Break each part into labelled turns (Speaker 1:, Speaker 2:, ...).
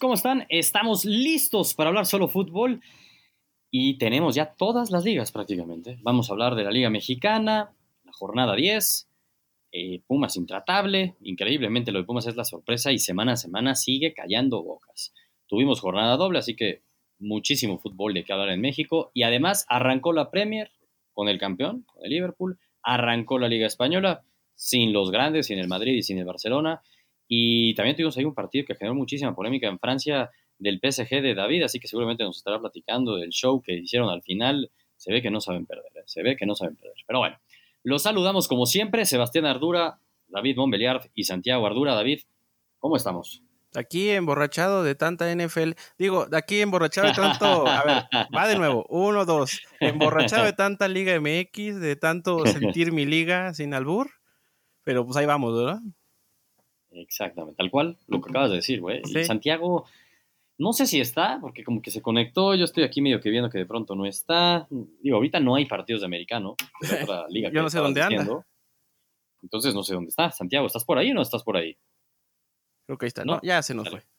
Speaker 1: ¿cómo están? Estamos listos para hablar solo fútbol y tenemos ya todas las ligas prácticamente. Vamos a hablar de la Liga Mexicana, la jornada 10, eh, Pumas intratable, increíblemente lo de Pumas es la sorpresa y semana a semana sigue callando bocas. Tuvimos jornada doble, así que muchísimo fútbol de que hablar en México y además arrancó la Premier con el campeón, con el Liverpool, arrancó la Liga Española sin los grandes, sin el Madrid y sin el Barcelona. Y también tuvimos ahí un partido que generó muchísima polémica en Francia del PSG de David, así que seguramente nos estará platicando del show que hicieron al final. Se ve que no saben perder, ¿eh? se ve que no saben perder. Pero bueno, los saludamos como siempre, Sebastián Ardura, David Montbeliard y Santiago Ardura. David, ¿cómo estamos?
Speaker 2: Aquí emborrachado de tanta NFL. Digo, aquí emborrachado de tanto. Oh, A ver, va de nuevo. Uno, dos. Emborrachado de tanta Liga MX, de tanto sentir mi liga sin albur. Pero pues ahí vamos, ¿verdad?
Speaker 1: Exactamente, tal cual lo que acabas de decir, güey. Sí. Santiago, no sé si está, porque como que se conectó, yo estoy aquí medio que viendo que de pronto no está. Digo, ahorita no hay partidos de americano, de otra liga.
Speaker 2: yo no sé dónde diciendo. anda.
Speaker 1: Entonces no sé dónde está. Santiago, ¿estás por ahí o no estás por ahí?
Speaker 2: Creo que ahí está. No, no ya se nos Dale. fue.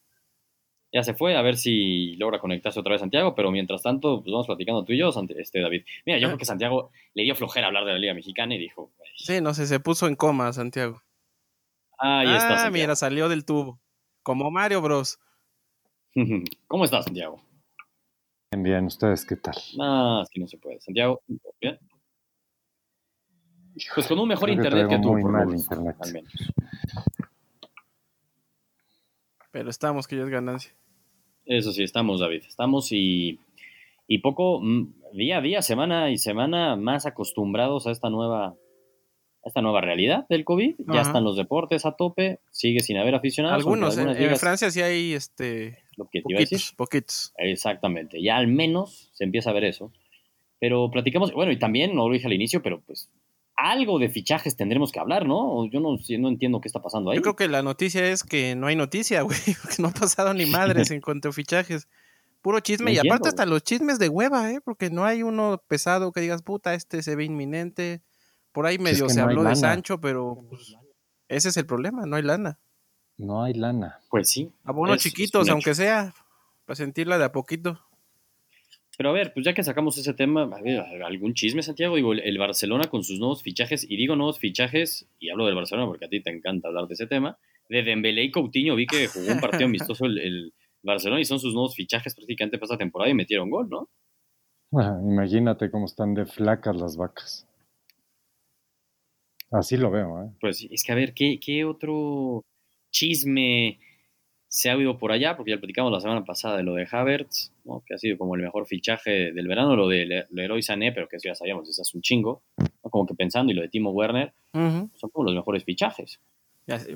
Speaker 1: Ya se fue, a ver si logra conectarse otra vez Santiago, pero mientras tanto, pues vamos platicando tú y yo, este David. Mira, yo ah. creo que Santiago le dio flojera hablar de la Liga Mexicana y dijo.
Speaker 2: Wey. Sí, no sé, se puso en coma, Santiago.
Speaker 1: Ahí
Speaker 2: ah,
Speaker 1: está. Santiago.
Speaker 2: mira, salió del tubo. Como Mario Bros.
Speaker 1: ¿Cómo estás, Santiago?
Speaker 3: Bien, bien. ¿Ustedes qué tal?
Speaker 1: No, es que Ah, no se puede. Santiago, ¿bien? Pues con un mejor Creo internet que, que tú.
Speaker 3: Muy mal Rubens, internet. Al menos.
Speaker 2: Pero estamos, que ya es ganancia.
Speaker 1: Ah, Eso sí, estamos, David. Estamos y, y poco, mm, día a día, semana y semana, más acostumbrados a esta nueva esta nueva realidad del COVID. Ajá. Ya están los deportes a tope, sigue sin haber aficionados.
Speaker 2: Algunos, en, ligas, en, Francia sí hay este,
Speaker 1: lo que poquitos, decir.
Speaker 2: poquitos.
Speaker 1: Exactamente, ya al menos se empieza a ver eso. Pero platicamos, bueno, y también, no lo dije al inicio, pero pues algo de fichajes tendremos que hablar, ¿no? Yo no, no entiendo qué está pasando ahí.
Speaker 2: Yo creo que la noticia es que no hay noticia, güey, porque no ha pasado ni madres en cuanto a fichajes. Puro chisme, Me y aparte entiendo, hasta güey. los chismes de hueva, ¿eh? Porque no hay uno pesado que digas, puta, este se ve inminente. Por ahí medio es que se no habló de Sancho, pero pues, ese es el problema, no hay lana.
Speaker 3: No hay lana.
Speaker 1: Pues sí.
Speaker 2: Abonos chiquitos, aunque sea, para sentirla de a poquito.
Speaker 1: Pero a ver, pues ya que sacamos ese tema, a ver, algún chisme, Santiago, digo, el Barcelona con sus nuevos fichajes, y digo nuevos fichajes, y hablo del Barcelona porque a ti te encanta hablar de ese tema, de Dembélé y Coutinho, vi que jugó un partido amistoso el, el, Barcelona y son sus nuevos fichajes prácticamente para esta temporada y metieron gol, ¿no?
Speaker 3: Bueno, imagínate cómo están de flacas las vacas. Así lo veo, ¿eh?
Speaker 1: Pues es que a ver, ¿qué, ¿qué, otro chisme se ha oído por allá? Porque ya platicamos la semana pasada de lo de Havertz, ¿no? que ha sido como el mejor fichaje del verano, lo de Le Leroy Sané, pero que eso ya sabíamos, eso es un chingo, ¿no? como que pensando, y lo de Timo Werner, uh -huh. son como los mejores fichajes.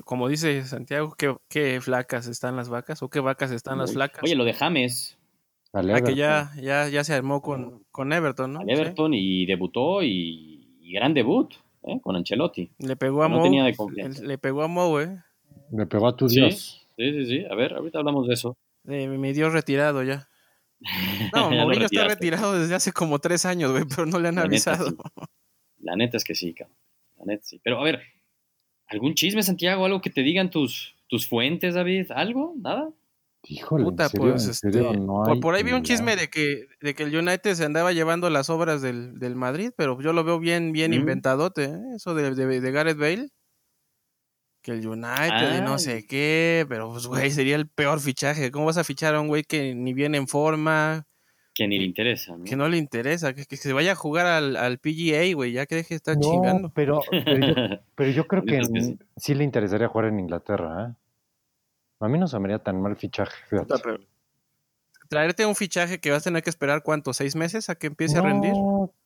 Speaker 2: Como dice Santiago, ¿qué, ¿qué, flacas están las vacas? ¿O qué vacas están Uy. las flacas?
Speaker 1: Oye, lo de James,
Speaker 2: Al ah, que ya, ya, ya, se armó con, con Everton, ¿no?
Speaker 1: Al Everton ¿Sí? y debutó y, y gran debut. ¿Eh? con Ancelotti.
Speaker 2: Le pegó a
Speaker 1: no
Speaker 2: Mo,
Speaker 1: tenía de
Speaker 2: Le pegó a Mo, ¿eh?
Speaker 3: Le pegó a tu
Speaker 1: sí,
Speaker 3: Dios.
Speaker 1: Sí, sí, sí. A ver, ahorita hablamos de eso.
Speaker 2: Eh, mi Dios retirado ya. No, ya Mourinho está retirado desde hace como tres años, güey, pero no le han
Speaker 1: La
Speaker 2: avisado.
Speaker 1: Neta, sí. La neta es que sí, cabrón. La neta sí. Pero a ver, ¿algún chisme, Santiago? ¿Algo que te digan tus, tus fuentes, David? ¿Algo? ¿Nada?
Speaker 3: Híjole, Puta, ¿en serio? Pues, ¿en serio?
Speaker 2: Este,
Speaker 3: no
Speaker 2: por, por, ahí vi un chisme de que, de que el United se andaba llevando las obras del, del Madrid, pero yo lo veo bien, bien mm. inventadote, ¿eh? eso de, de, de, Gareth Bale. Que el United ah. y no sé qué, pero pues, güey, sería el peor fichaje. ¿Cómo vas a fichar a un güey que ni viene en forma?
Speaker 1: Que ni le interesa, ¿no?
Speaker 2: Que no le interesa, que, que se vaya a jugar al, al PGA, güey, ya que deje de estar no, chingando.
Speaker 3: Pero, pero, yo, pero, yo, creo que en, sí le interesaría jugar en Inglaterra, ¿eh? A mí no se me haría tan mal fichaje. Fíjate.
Speaker 2: Traerte un fichaje que vas a tener que esperar cuánto, seis meses a que empiece no, a rendir.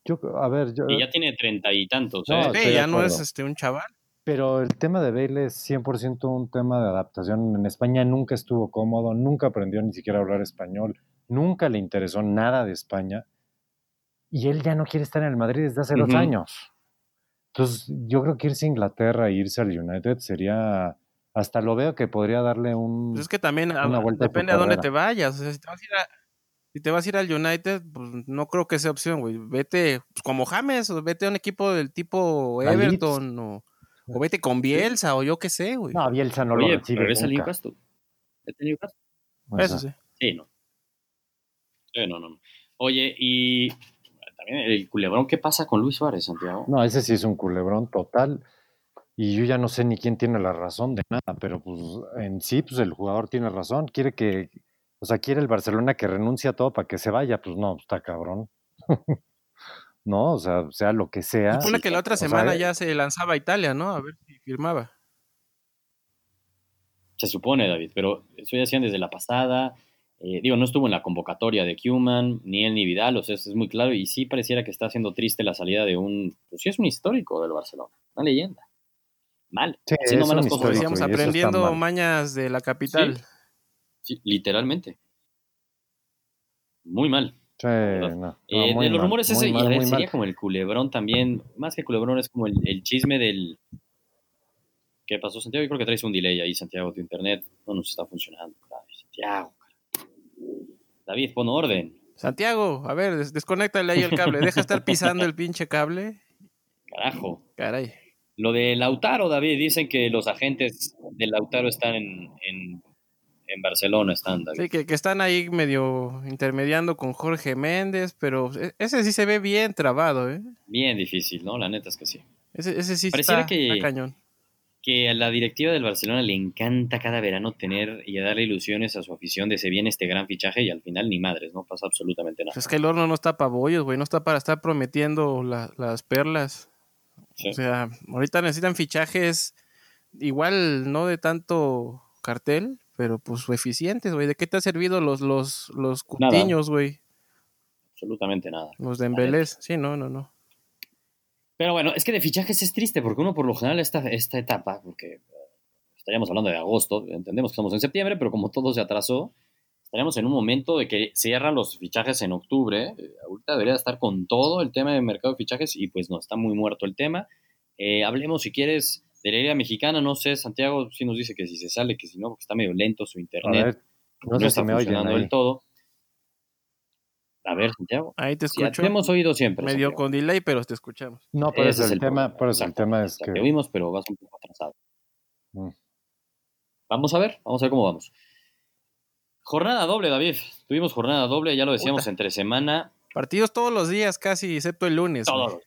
Speaker 3: Yo, a ver, yo,
Speaker 1: y ya tiene treinta y tantos.
Speaker 2: No, ¿eh? sí, ya no es este, un chaval.
Speaker 3: Pero el tema de Bale es 100% un tema de adaptación. En España nunca estuvo cómodo, nunca aprendió ni siquiera a hablar español, nunca le interesó nada de España. Y él ya no quiere estar en el Madrid desde hace uh -huh. dos años. Entonces, yo creo que irse a Inglaterra e irse al United sería hasta lo veo que podría darle un.
Speaker 2: Pues es que también una vuelta depende a, dónde te vayas. O sea, si, te vas a ir a, si te vas a ir al United, pues no creo que sea opción, güey. Vete pues, como James, o vete a un equipo del tipo Everton, o, o, vete con Bielsa, sí. o yo qué sé, güey.
Speaker 3: No, Bielsa no
Speaker 1: Oye,
Speaker 3: lo recibe.
Speaker 1: Regresa
Speaker 3: nunca.
Speaker 1: Newcastle. Vete a Newcastle.
Speaker 3: O sea,
Speaker 2: Eso sí.
Speaker 1: Sí, no. Eh, no, no, no. Oye, y también el culebrón, ¿qué pasa con Luis Suárez, Santiago?
Speaker 3: No, ese sí es un culebrón total. Y yo ya no sé ni quién tiene la razón de nada, pero pues en sí, pues el jugador tiene razón. Quiere que, o sea, quiere el Barcelona que renuncie a todo para que se vaya. Pues no, está cabrón. no, o sea, sea lo que sea.
Speaker 2: Supone que la otra
Speaker 3: Ah, O sea,
Speaker 2: semana
Speaker 3: eh,
Speaker 2: ya se lanzaba a Italia, ¿no? A ver si firmaba.
Speaker 1: Se supone, David, pero eso ya hacían desde la pasada. Eh, digo, no estuvo en la convocatoria de Cuman, ni él ni Vidal, o sea, eso es muy claro. Y sí pareciera que está haciendo triste la salida de un, pues sí es un histórico del Barcelona, una leyenda. Mal,
Speaker 3: Sí,
Speaker 1: haciendo
Speaker 3: es
Speaker 1: malas
Speaker 3: un
Speaker 1: cosas.
Speaker 2: Como
Speaker 3: histórico
Speaker 2: decíamos,
Speaker 3: y eso está
Speaker 2: aprendiendo
Speaker 3: mal.
Speaker 2: mañas de la capital.
Speaker 1: Sí. sí, literalmente. Muy mal.
Speaker 3: Sí, no, no,
Speaker 1: Eh,
Speaker 3: muy
Speaker 1: de los
Speaker 3: mal,
Speaker 1: rumores
Speaker 3: muy
Speaker 1: ese, y
Speaker 3: mal,
Speaker 1: a ver,
Speaker 3: muy
Speaker 1: sería
Speaker 3: mal.
Speaker 1: como el culebrón también, más que culebrón es como el, el chisme del... ¿Qué pasó, Santiago? Yo creo que traes un delay ahí, Santiago, tu internet no nos está funcionando. Ay, Santiago. David, pon orden.
Speaker 2: Santiago, a ver, des- desconéctale ahí el cable. Deja estar pisando el pinche cable.
Speaker 1: Carajo.
Speaker 2: Caray.
Speaker 1: Lo de Lautaro, David, dicen que los agentes de Lautaro están en, en, en Barcelona, están, David.
Speaker 2: Sí, que, que están ahí medio intermediando con Jorge Méndez, pero e- ese sí se ve bien trabado, ¿eh?
Speaker 1: Bien difícil, ¿no? La neta es que sí.
Speaker 2: Ese, ese sí
Speaker 1: Pareciera
Speaker 2: está,
Speaker 1: que-
Speaker 2: está cañón.
Speaker 1: que a la directiva del Barcelona le encanta cada verano tener y darle ilusiones a su afición de se viene este gran fichaje y al final ni madres, no pasa absolutamente nada.
Speaker 2: Pues es que el horno no está para bollos, güey. No está para estar prometiendo la- las perlas.
Speaker 1: Sí.
Speaker 2: O sea, ahorita necesitan fichajes igual, no de tanto cartel, pero pues eficientes, güey. ¿De qué te ha servido los, los, los
Speaker 1: Nada.
Speaker 2: cutiños, güey?
Speaker 1: Absolutamente nada.
Speaker 2: Los de Embelés. Sí, no, no, no.
Speaker 1: Pero bueno, es que de fichajes es triste porque uno por lo general esta, esta etapa, porque eh, estaríamos hablando de agosto, entendemos que estamos en septiembre, pero como todo se atrasó, estaríamos en un momento de que cierran los fichajes en octubre. Eh, Ahorita debería estar con todo el tema de mercado de fichajes y pues no, está muy muerto el tema. Eh, hablemos si quieres de la Liga Mexicana, no sé, Santiago sí nos dice que si se sale, que si no, porque está medio lento su
Speaker 3: A
Speaker 1: internet,
Speaker 3: ver, no,
Speaker 1: no,
Speaker 3: sé
Speaker 1: está
Speaker 3: si me oyen
Speaker 1: funcionando
Speaker 3: ahí.
Speaker 1: del todo. A ver, Santiago,
Speaker 2: Ahí te
Speaker 1: si
Speaker 2: escucho.
Speaker 1: te hemos oído siempre.
Speaker 2: Medio
Speaker 1: Santiago.
Speaker 2: con delay, pero te escuchamos.
Speaker 3: No, pero
Speaker 1: Ese
Speaker 3: es el, tema,
Speaker 1: problema.
Speaker 3: pero es el
Speaker 1: Exacto.
Speaker 3: tema es
Speaker 1: La que
Speaker 3: que
Speaker 1: vimos, pero vas un poco atrasado.
Speaker 3: Mm.
Speaker 1: Vamos a ver, vamos a ver cómo vamos. Jornada doble, David. Tuvimos jornada doble, ya lo decíamos
Speaker 2: Puta.
Speaker 1: entre semana,
Speaker 2: Partidos todos los días casi, excepto el lunes. güey.
Speaker 1: todo.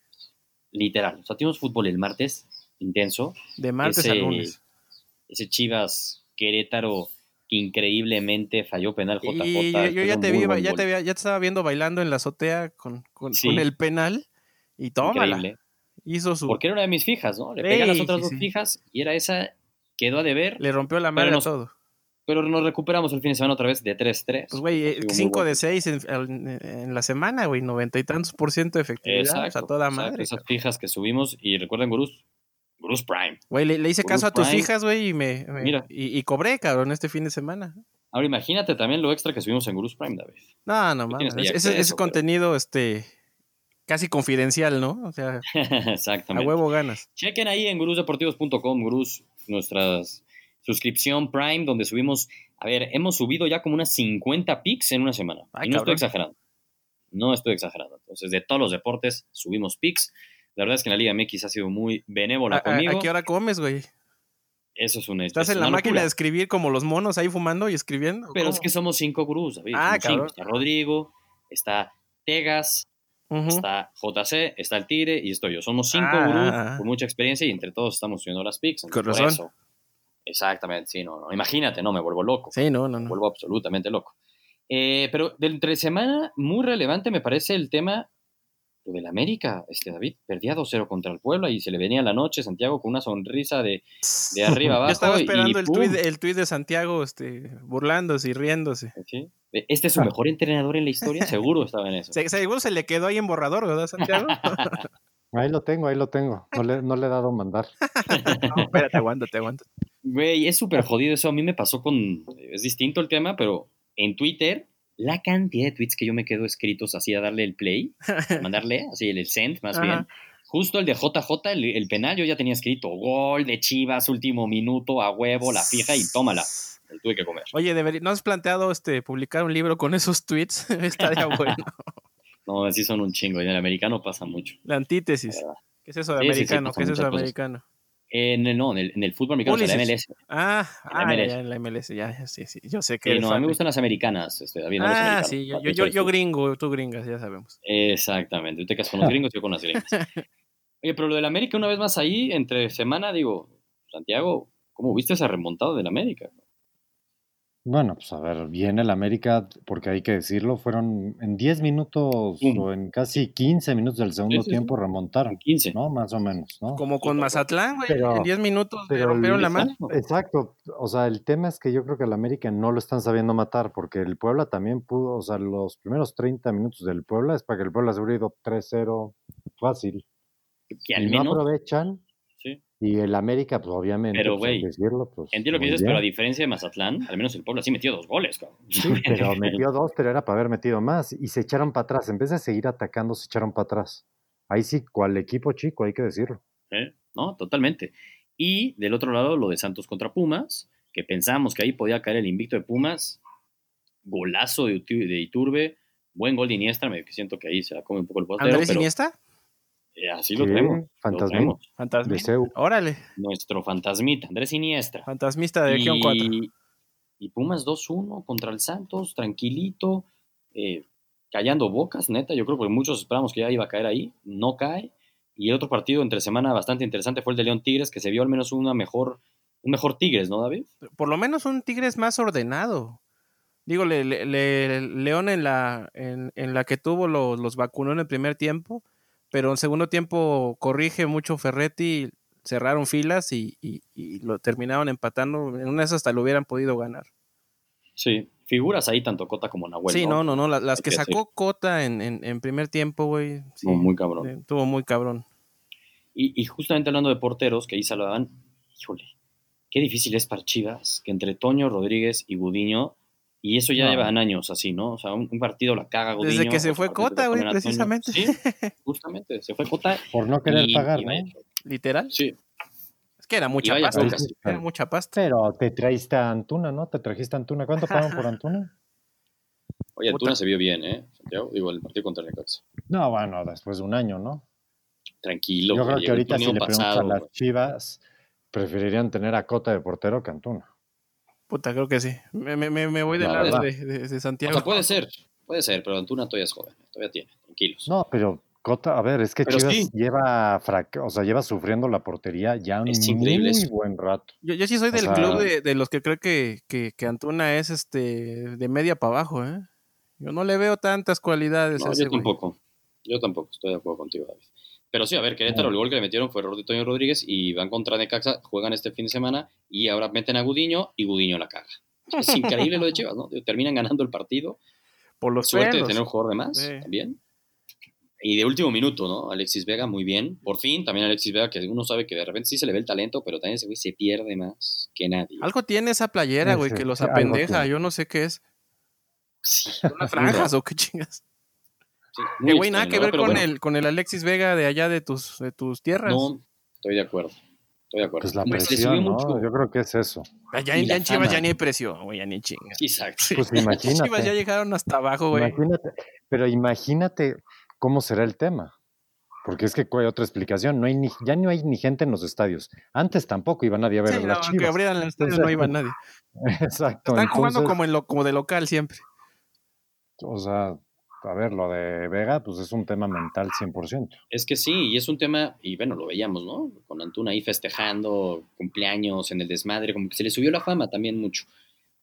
Speaker 1: Literal. O sea, tuvimos fútbol el martes, intenso.
Speaker 2: De martes
Speaker 1: Ese-
Speaker 2: a lunes.
Speaker 1: Ese Chivas Querétaro que increíblemente falló penal JJ.
Speaker 2: Y yo, yo ya
Speaker 1: pegó
Speaker 2: te
Speaker 1: muy
Speaker 2: vi,
Speaker 1: buen
Speaker 2: ya
Speaker 1: gol.
Speaker 2: te vi- ya te estaba viendo bailando en la azotea con, con,
Speaker 1: Sí.
Speaker 2: con el penal. Y tómala.
Speaker 1: Increíble.
Speaker 2: Hizo su.
Speaker 1: Porque era una de mis fijas, ¿no? Le pegué a
Speaker 2: Sí,
Speaker 1: las otras
Speaker 2: sí,
Speaker 1: dos
Speaker 2: sí.
Speaker 1: fijas y era esa, quedó a deber,
Speaker 2: Le rompió la
Speaker 1: Pero
Speaker 2: madre a
Speaker 1: nos-
Speaker 2: todo.
Speaker 1: pero nos recuperamos el fin de semana otra vez de 3-3.
Speaker 2: Pues, güey, eh,
Speaker 1: Digo, muy
Speaker 2: cinco
Speaker 1: bueno.
Speaker 2: de seis en, al- en la semana, güey, noventa y tantos por ciento de efectividad. o sea, toda
Speaker 1: exacto,
Speaker 2: madre.
Speaker 1: Esas
Speaker 2: cabrón.
Speaker 1: fijas que subimos y recuerden, Gurús, Gurús Prime.
Speaker 2: Güey, le, le hice
Speaker 1: Bruce
Speaker 2: caso a tus
Speaker 1: Prime.
Speaker 2: hijas, güey, y me, me-
Speaker 1: Mira.
Speaker 2: y, y cobré, cabrón, este fin de semana.
Speaker 1: Ahora imagínate también lo extra que subimos en Gurús Prime, David.
Speaker 2: No, no
Speaker 1: tienes
Speaker 2: mames.
Speaker 1: ahí
Speaker 2: Ese, ese
Speaker 1: acceso, pero-
Speaker 2: contenido, este, casi confidencial, ¿no? O sea, a
Speaker 1: Exactamente.
Speaker 2: huevo ganas.
Speaker 1: Chequen ahí en gurusdeportivos.com, Gurús, nuestra suscripción Prime, donde subimos, a ver, hemos subido ya como unas 50 pics en una semana.
Speaker 2: Ay,
Speaker 1: y no estoy
Speaker 2: cabrón.
Speaker 1: exagerando. No estoy exagerando. Entonces, de todos los deportes subimos pics. La verdad es que la Liga MX ha sido muy benévola
Speaker 2: ¿A, a-
Speaker 1: conmigo.
Speaker 2: a qué hora comes, güey?
Speaker 1: Eso es un hecho.
Speaker 2: ¿Estás
Speaker 1: es
Speaker 2: en la
Speaker 1: una
Speaker 2: máquina
Speaker 1: locura.
Speaker 2: de escribir como los monos ahí fumando y escribiendo?
Speaker 1: Pero es
Speaker 2: ¿Cómo?
Speaker 1: que somos cinco gurús, David.
Speaker 2: Ah,
Speaker 1: somos cinco.
Speaker 2: cabrón.
Speaker 1: Está Rodrigo, está Tegas,
Speaker 2: Ujú.
Speaker 1: está JC, está el Tigre y estoy yo. Somos cinco
Speaker 2: Ah.
Speaker 1: gurús con mucha experiencia y entre todos estamos subiendo las pics. entonces,
Speaker 2: Con
Speaker 1: por
Speaker 2: razón.
Speaker 1: eso. Exactamente, sí, no, no. Imagínate, no, me vuelvo loco.
Speaker 2: Sí, no, no,
Speaker 1: Me
Speaker 2: no.
Speaker 1: vuelvo absolutamente loco. Eh, pero de entre semana, muy relevante me parece el tema lo del América, este David. Perdía 2-0 contra el Puebla y se le venía la noche Santiago con una sonrisa de, de arriba abajo.
Speaker 2: Yo estaba
Speaker 1: y-
Speaker 2: esperando
Speaker 1: y
Speaker 2: el
Speaker 1: ¡pum!
Speaker 2: tuit, el tuit de Santiago, este, burlándose y riéndose.
Speaker 1: ¿Sí? Este es su mejor entrenador en la historia, seguro estaba en eso.
Speaker 2: Se- seguro se le quedó ahí en borrador, ¿verdad, Santiago?
Speaker 3: ahí lo tengo, ahí lo tengo. No le, no le he dado mandar.
Speaker 2: No, espérate, aguanta, te aguanta.
Speaker 1: Güey, es súper jodido eso. A mí me pasó con. Es distinto el tema, pero en Twitter, la cantidad de tweets que yo me quedo escritos así a darle el play, a mandarle, así el, el send más
Speaker 2: Ajá.
Speaker 1: bien. Justo el de JJ, el, el penal, yo ya tenía escrito gol de Chivas, último minuto, a huevo, la fija y tómala. Me tuve que comer.
Speaker 2: Oye, deberí- ¿no has planteado este, publicar un libro con esos tweets? Estaría bueno.
Speaker 1: No, así son un chingo. Y en el americano pasa mucho.
Speaker 2: La
Speaker 1: la
Speaker 2: antítesis.
Speaker 1: verdad.
Speaker 2: ¿Qué es eso de
Speaker 1: Ah. Sí, sí, sí,
Speaker 2: americano?
Speaker 1: pasan
Speaker 2: ¿Qué es eso de
Speaker 1: muchas cosas.
Speaker 2: americano?
Speaker 1: En el, no, en el, en el fútbol americano, o sea, la MLS.
Speaker 2: Ah,
Speaker 1: la
Speaker 2: ah,
Speaker 1: MLS.
Speaker 2: ya, en la MLS, ya, ya, sí, sí. Yo sé que.
Speaker 1: Eh,
Speaker 2: eres
Speaker 1: no, a mí
Speaker 2: fan
Speaker 1: me
Speaker 2: de-
Speaker 1: gustan las americanas, este, David. no las
Speaker 2: Ah,
Speaker 1: americanas.
Speaker 2: sí, yo,
Speaker 1: Ah,
Speaker 2: yo,
Speaker 1: tú
Speaker 2: yo,
Speaker 1: eres
Speaker 2: yo
Speaker 1: tú.
Speaker 2: gringo, tú gringas, ya sabemos.
Speaker 1: Exactamente. Usted casas con los gringos, yo con las gringas. Oye, pero lo del América, una vez más ahí, entre semana, digo, Santiago, ¿cómo viste esa remontada del América?
Speaker 3: Bueno, pues a ver, viene el América, porque hay que decirlo, fueron en 10 minutos
Speaker 1: Pum.
Speaker 3: o en casi 15 minutos del segundo
Speaker 1: sí, sí.
Speaker 3: tiempo remontaron,
Speaker 1: Con 15.
Speaker 3: ¿no? Más o menos, ¿no?
Speaker 2: Como con
Speaker 1: Sí,
Speaker 2: Mazatlán, güey,
Speaker 3: Pero-
Speaker 2: en 10 minutos le
Speaker 3: pero
Speaker 2: rompieron la
Speaker 3: el-
Speaker 2: mano.
Speaker 3: Exacto, o sea, el tema es que yo creo que al América no lo están sabiendo matar, porque el Puebla también pudo, o sea, los primeros 30 minutos del Puebla es para que el Puebla se hubiera ido 3-0 fácil.
Speaker 1: Que al
Speaker 3: Y No
Speaker 1: menos.
Speaker 3: aprovechan,
Speaker 1: sí.
Speaker 3: y el América, pues obviamente,
Speaker 1: Pero,
Speaker 3: pues, hay
Speaker 1: güey,
Speaker 3: que decirlo, pues,
Speaker 1: Entiendo lo que
Speaker 3: muy
Speaker 1: dices,
Speaker 3: bien.
Speaker 1: pero a diferencia de Mazatlán, al menos el Puebla sí metió dos goles, cabrón.
Speaker 3: Sí, pero metió dos, pero era para haber metido más. Y se echaron para atrás. En vez de seguir atacando, se echaron para atrás. Ahí sí, cual equipo chico, hay que decirlo.
Speaker 1: ¿eh? ¿no? Totalmente. Y del otro lado, lo de Santos contra Pumas, que pensamos que ahí podía caer el invicto de Pumas, golazo de, Uti- de Iturbe, buen gol de Iniestra, me que siento que ahí se la come un poco el postero,
Speaker 2: Andrés
Speaker 1: pero
Speaker 2: Iniesta,
Speaker 1: eh, así lo
Speaker 3: Sí,
Speaker 1: tenemos. Lo
Speaker 3: fantasmita
Speaker 1: tenemos.
Speaker 2: fantasmista.
Speaker 3: de Seu.
Speaker 2: Órale,
Speaker 1: Nuestro fantasmita, Andrés Iniestra.
Speaker 2: fantasmista de región 4.
Speaker 1: Y, y Pumas 2-1 contra el Santos, tranquilito, eh, callando bocas, neta. Yo creo que muchos esperamos que ya iba a caer ahí, no cae. Y el otro partido entre semana bastante interesante fue el de León Tigres, que se vio al menos una mejor, un mejor Tigres, ¿no, David?
Speaker 2: Por lo menos un Tigres más ordenado. Digo, le- le- le- León en la, en, en la que tuvo los, los vacunó en el primer tiempo, pero en segundo tiempo corrige mucho Ferretti, cerraron filas y, y- y lo terminaron empatando. En una de esas hasta lo hubieran podido ganar.
Speaker 1: Sí. Figuras ahí, tanto Cota como Nahuel.
Speaker 2: sí, no, no, no. la- Las,
Speaker 1: pues, Hay
Speaker 2: que
Speaker 1: que
Speaker 2: sacó Cota en, en- en primer tiempo, güey. sí,
Speaker 1: Como muy cabrón.
Speaker 2: sí, Estuvo muy cabrón.
Speaker 1: Y, y justamente hablando de porteros, que ahí saludaban, híjole, qué difícil es para Chivas, que entre Toño Rodríguez y Gudiño, y eso ya
Speaker 3: No.
Speaker 1: llevan años así, ¿no? O sea, un, un partido la caga Gudiño.
Speaker 2: Desde que se
Speaker 1: otro
Speaker 2: fue
Speaker 1: partido
Speaker 2: Cota,
Speaker 1: te
Speaker 2: güey,
Speaker 1: ponen a Toño.
Speaker 2: precisamente.
Speaker 1: Sí, justamente, se fue Cota.
Speaker 3: Por no querer
Speaker 1: y-
Speaker 3: pagar,
Speaker 1: y
Speaker 3: ¿no?
Speaker 1: vaya-
Speaker 2: Literal.
Speaker 1: Sí,
Speaker 2: Es que era mucha
Speaker 1: vaya
Speaker 2: pasta.
Speaker 3: broncas.
Speaker 2: Era mucha pasta.
Speaker 3: Pero te traíste a Antuna, ¿no? Te trajiste a Antuna. ¿Cuánto pagaron por Antuna?
Speaker 1: oye,
Speaker 2: Puta.
Speaker 1: Antuna se vio bien, ¿eh? Santiago, digo, el partido contra Necaxa.
Speaker 3: No, bueno, después de un año, ¿no?
Speaker 1: Tranquilo.
Speaker 3: Yo
Speaker 1: güey,
Speaker 3: creo que
Speaker 1: llegó el
Speaker 3: ahorita si
Speaker 1: torneo
Speaker 3: le preguntas a
Speaker 1: pasado,
Speaker 3: las
Speaker 1: güey.
Speaker 3: chivas, preferirían tener a Cota de portero que a Antuna.
Speaker 2: Puta, creo que sí. Me, me- me- me voy del
Speaker 3: La
Speaker 2: lado de,
Speaker 3: verdad.
Speaker 2: de- de
Speaker 1: O
Speaker 2: Santiago.
Speaker 1: sea, puede ser, puede ser, pero Antuna todavía es joven, todavía tiene, tranquilos.
Speaker 3: No, pero Cota, a ver, es que
Speaker 1: Pero
Speaker 3: Chivas
Speaker 1: sí.
Speaker 3: lleva, frac- o sea, lleva sufriendo la portería ya un
Speaker 1: Es increíble
Speaker 3: muy
Speaker 1: eso.
Speaker 3: buen rato.
Speaker 2: Yo, yo sí soy del
Speaker 3: sea-
Speaker 2: club de, de los que creo que, que- que Antuna es este de media para abajo, ¿eh? Yo no le veo tantas cualidades a
Speaker 1: No,
Speaker 2: ese
Speaker 1: yo
Speaker 2: güey.
Speaker 1: tampoco. Yo tampoco, estoy de acuerdo contigo, David. Pero sí, a ver,
Speaker 2: Ah.
Speaker 1: Querétaro, el gol que le metieron fue error de Toño Rodríguez y van contra Necaxa, juegan este fin de semana y ahora meten a Gudiño y Gudiño la caga. Es increíble lo de Chivas, ¿no? Terminan ganando el partido.
Speaker 2: Por los
Speaker 1: Suerte
Speaker 2: pelos.
Speaker 1: de tener un jugador de más
Speaker 2: Sí.
Speaker 1: también. Y de último minuto, ¿no? Alexis Vega, muy bien. Por fin, también Alexis Vega, que uno sabe que de repente sí se le ve el talento, pero también ese güey se pierde más que nadie.
Speaker 2: Algo tiene esa playera,
Speaker 3: Sí,
Speaker 2: güey,
Speaker 3: sí,
Speaker 2: que los
Speaker 3: sí, algo
Speaker 2: apendeja.
Speaker 3: tiene.
Speaker 2: Yo no sé qué es.
Speaker 1: Sí,
Speaker 2: ¿Unas franjas o qué chingas?
Speaker 1: sí, muy
Speaker 2: Que güey, nada
Speaker 1: extraño,
Speaker 2: que
Speaker 1: ¿no?
Speaker 2: ver
Speaker 1: Pero
Speaker 2: con,
Speaker 1: bueno,
Speaker 2: el, con el Alexis Vega de allá de tus, de tus tierras.
Speaker 1: No, estoy de acuerdo. Estoy de acuerdo.
Speaker 3: Pues la
Speaker 1: Como que se
Speaker 3: presión,
Speaker 1: subió
Speaker 3: ¿no?
Speaker 1: mucho.
Speaker 3: Yo creo que es eso.
Speaker 2: allá
Speaker 1: y
Speaker 2: en,
Speaker 1: la
Speaker 2: Ah, ya en Chivas
Speaker 1: fama.
Speaker 2: ya ni hay presión, güey, ya ni chingas.
Speaker 1: Exacto.
Speaker 3: Pues
Speaker 2: Las Chivas ya
Speaker 3: imagínate,
Speaker 2: llegaron hasta abajo, güey.
Speaker 3: imagínate. Pero imagínate cómo será el tema. Porque es que hay otra explicación. No hay ni, ya no hay ni gente en los estadios. Antes tampoco iba nadie a ver
Speaker 2: Sí,
Speaker 3: a
Speaker 2: no,
Speaker 3: las
Speaker 2: que
Speaker 3: chivas.
Speaker 2: abrieran el estadio no
Speaker 3: Entonces,
Speaker 2: iba nadie.
Speaker 3: Exacto.
Speaker 2: Están jugando
Speaker 3: entonces,
Speaker 2: como, en lo, como de local siempre.
Speaker 3: O sea, a ver, lo de Vega, pues es un tema mental 100%.
Speaker 1: Es que sí, y es un tema, y bueno, lo veíamos, ¿no? Con Antuna ahí festejando, cumpleaños, en el desmadre, como que se le subió la fama también mucho.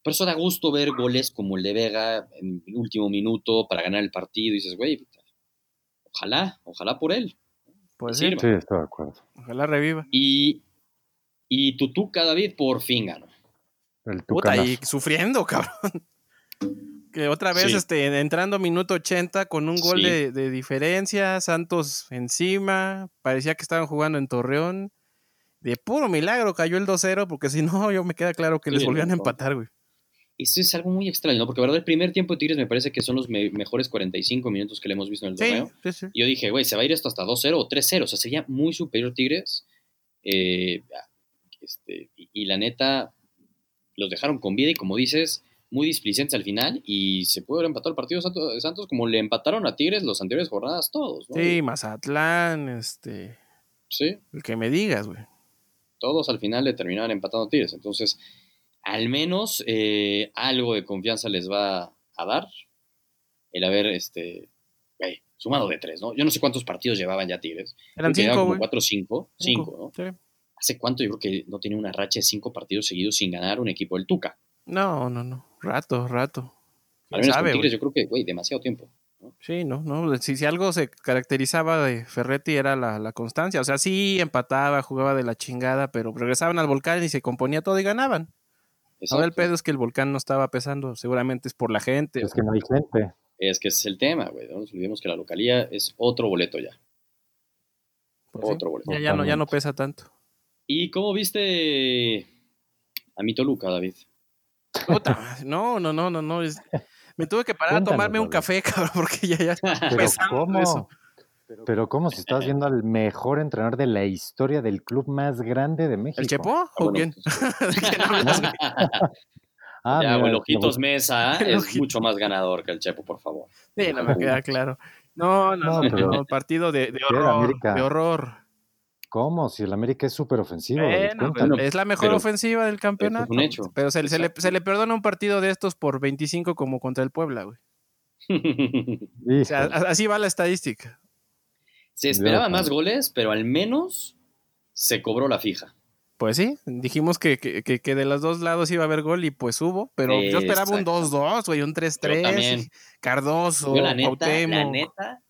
Speaker 1: Por eso da gusto ver goles como el de Vega en el último minuto para ganar el partido. Y dices, güey, puta, ojalá, ojalá por él.
Speaker 2: Pues
Speaker 1: Sí,
Speaker 2: sí,
Speaker 3: Sí, estoy de acuerdo.
Speaker 2: ojalá reviva.
Speaker 1: Y, y Tutuca, David, por fin ganó.
Speaker 3: El
Speaker 2: Puta,
Speaker 3: tucanazo.
Speaker 2: y sufriendo, cabrón. Que otra vez,
Speaker 1: Sí.
Speaker 2: este, entrando minuto 80 con un gol
Speaker 1: Sí.
Speaker 2: de, de diferencia, Santos encima, parecía que estaban jugando en Torreón. De puro milagro cayó el 2-0, porque si no, yo me queda claro que
Speaker 1: Sí,
Speaker 2: les volvían a
Speaker 1: no.
Speaker 2: empatar, güey.
Speaker 1: Eso es algo muy extraño, ¿no? Porque, la verdad, el primer tiempo de Tigres me parece que son los me- mejores 45 minutos que le hemos visto en el
Speaker 2: Sí,
Speaker 1: torneo.
Speaker 2: sí, sí.
Speaker 1: Y Yo dije, güey, se va a ir esto hasta 2-0 o 3-0. O sea, sería muy superior Tigres. Eh, este, y, y la neta, los dejaron con vida y como dices, muy displicentes al final. Y se puede haber empatado el partido de Santos, de Santos como le empataron a Tigres las anteriores jornadas todos. ¿no?
Speaker 2: Sí, Mazatlán, este,
Speaker 1: Sí,
Speaker 2: el que me digas, güey.
Speaker 1: todos al final le terminaban empatando Tigres. Entonces, al menos eh, algo de confianza les va a dar el haber este, güey, sumado de tres, ¿no? Yo no sé cuántos partidos llevaban ya Tigres.
Speaker 2: Eran
Speaker 1: Creo que llevaban
Speaker 2: cinco,
Speaker 1: como
Speaker 2: güey.
Speaker 1: cuatro, cinco, cinco, ¿no?
Speaker 2: Sí.
Speaker 1: ¿Hace cuánto yo creo que no tenía una racha de cinco partidos seguidos sin ganar un equipo del Tuca?
Speaker 2: No, no, no. Rato, rato.
Speaker 1: Al
Speaker 2: ¿Quién
Speaker 1: menos
Speaker 2: sabe,
Speaker 1: con
Speaker 2: güey?
Speaker 1: Tigres yo creo que, güey, demasiado tiempo.
Speaker 2: Sí, no, no. Si, si algo se caracterizaba de Ferretti era la, la constancia. O sea, sí empataba, jugaba de la chingada, pero regresaban al volcán y se componía todo y ganaban. Ahora el
Speaker 1: Exacto.
Speaker 2: pedo es que el volcán no estaba pesando. Seguramente es por la gente.
Speaker 3: Es que no hay gente.
Speaker 1: Es que ese es el tema, güey. No nos olvidemos que la localía es otro boleto ya.
Speaker 2: Pues sí.
Speaker 1: Otro boleto.
Speaker 2: Ya, ya no, ya no pesa tanto.
Speaker 1: ¿Y cómo viste a mi Toluca, David?
Speaker 2: Puta madre. No, no, no, no, no. es- Me tuve que parar a
Speaker 3: Cuéntanos,
Speaker 2: tomarme un
Speaker 3: David.
Speaker 2: café, cabrón, porque ya, ya.
Speaker 3: Pero
Speaker 2: Pesado
Speaker 3: ¿cómo?
Speaker 2: eso.
Speaker 3: Pero ¿cómo si estás viendo al mejor entrenador de la historia del club más grande de México?
Speaker 2: ¿El Chepo?
Speaker 1: Ah,
Speaker 2: ¿O
Speaker 1: bueno,
Speaker 2: quién?
Speaker 1: pues,
Speaker 2: ¿De quién hablas, güey?
Speaker 3: Ah,
Speaker 1: ya,
Speaker 3: mira,
Speaker 1: güey, el Ojitos Mesa
Speaker 2: El
Speaker 1: es
Speaker 2: Ojitos.
Speaker 1: mucho más ganador que el Chepo, por favor.
Speaker 2: Sí, no me queda claro. No, no,
Speaker 3: No,
Speaker 2: no,
Speaker 3: pero-
Speaker 2: no, partido de, de
Speaker 3: Pero
Speaker 2: horror.
Speaker 3: América.
Speaker 2: De horror.
Speaker 3: ¿Cómo? Si el América es súper ofensivo.
Speaker 2: Bueno, pues,
Speaker 1: cuéntame.
Speaker 2: es la mejor
Speaker 1: Pero- pues,
Speaker 2: ofensiva del campeonato.
Speaker 1: un hecho.
Speaker 2: Pero se, le- se le,
Speaker 1: Exacto.
Speaker 2: se le perdona un partido de estos por 25 como contra el Puebla, güey. O sea, a- así va la estadística.
Speaker 1: Se esperaba
Speaker 3: Yo,
Speaker 1: más goles, pero al menos se cobró la fija.
Speaker 2: Pues sí, dijimos que, que, que- que de los dos lados iba a haber gol y pues hubo, pero yo esperaba un
Speaker 1: Exacto.
Speaker 2: 2-2, güey, un 3-3.
Speaker 1: Yo también.
Speaker 2: y Cardoso,
Speaker 1: Yo, la neta, la
Speaker 2: Cuauhtémoc.
Speaker 1: neta,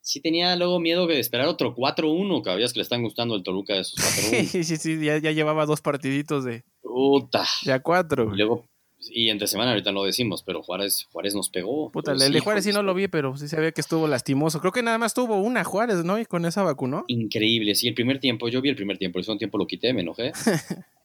Speaker 1: sí tenía luego miedo de esperar otro 4-1, que habías que le están gustando el Toluca de esos 4-1.
Speaker 2: Sí, sí, sí, ya, ya llevaba dos partiditos de,
Speaker 1: Puta.
Speaker 2: de a cuatro.
Speaker 1: Y
Speaker 2: güey.
Speaker 1: luego, y entre semana ahorita lo decimos, pero Juárez, Juárez nos pegó.
Speaker 2: Puta,
Speaker 1: Pues,
Speaker 2: el de
Speaker 1: hijo
Speaker 2: Juárez sí
Speaker 1: de
Speaker 2: no
Speaker 1: su-
Speaker 2: lo vi, pero sí se ve que estuvo lastimoso. Creo que nada más tuvo una Juárez, ¿no? Y con esa vacunó.
Speaker 1: Increíble, sí, el primer tiempo, yo vi el primer tiempo, el segundo tiempo lo quité, me enojé.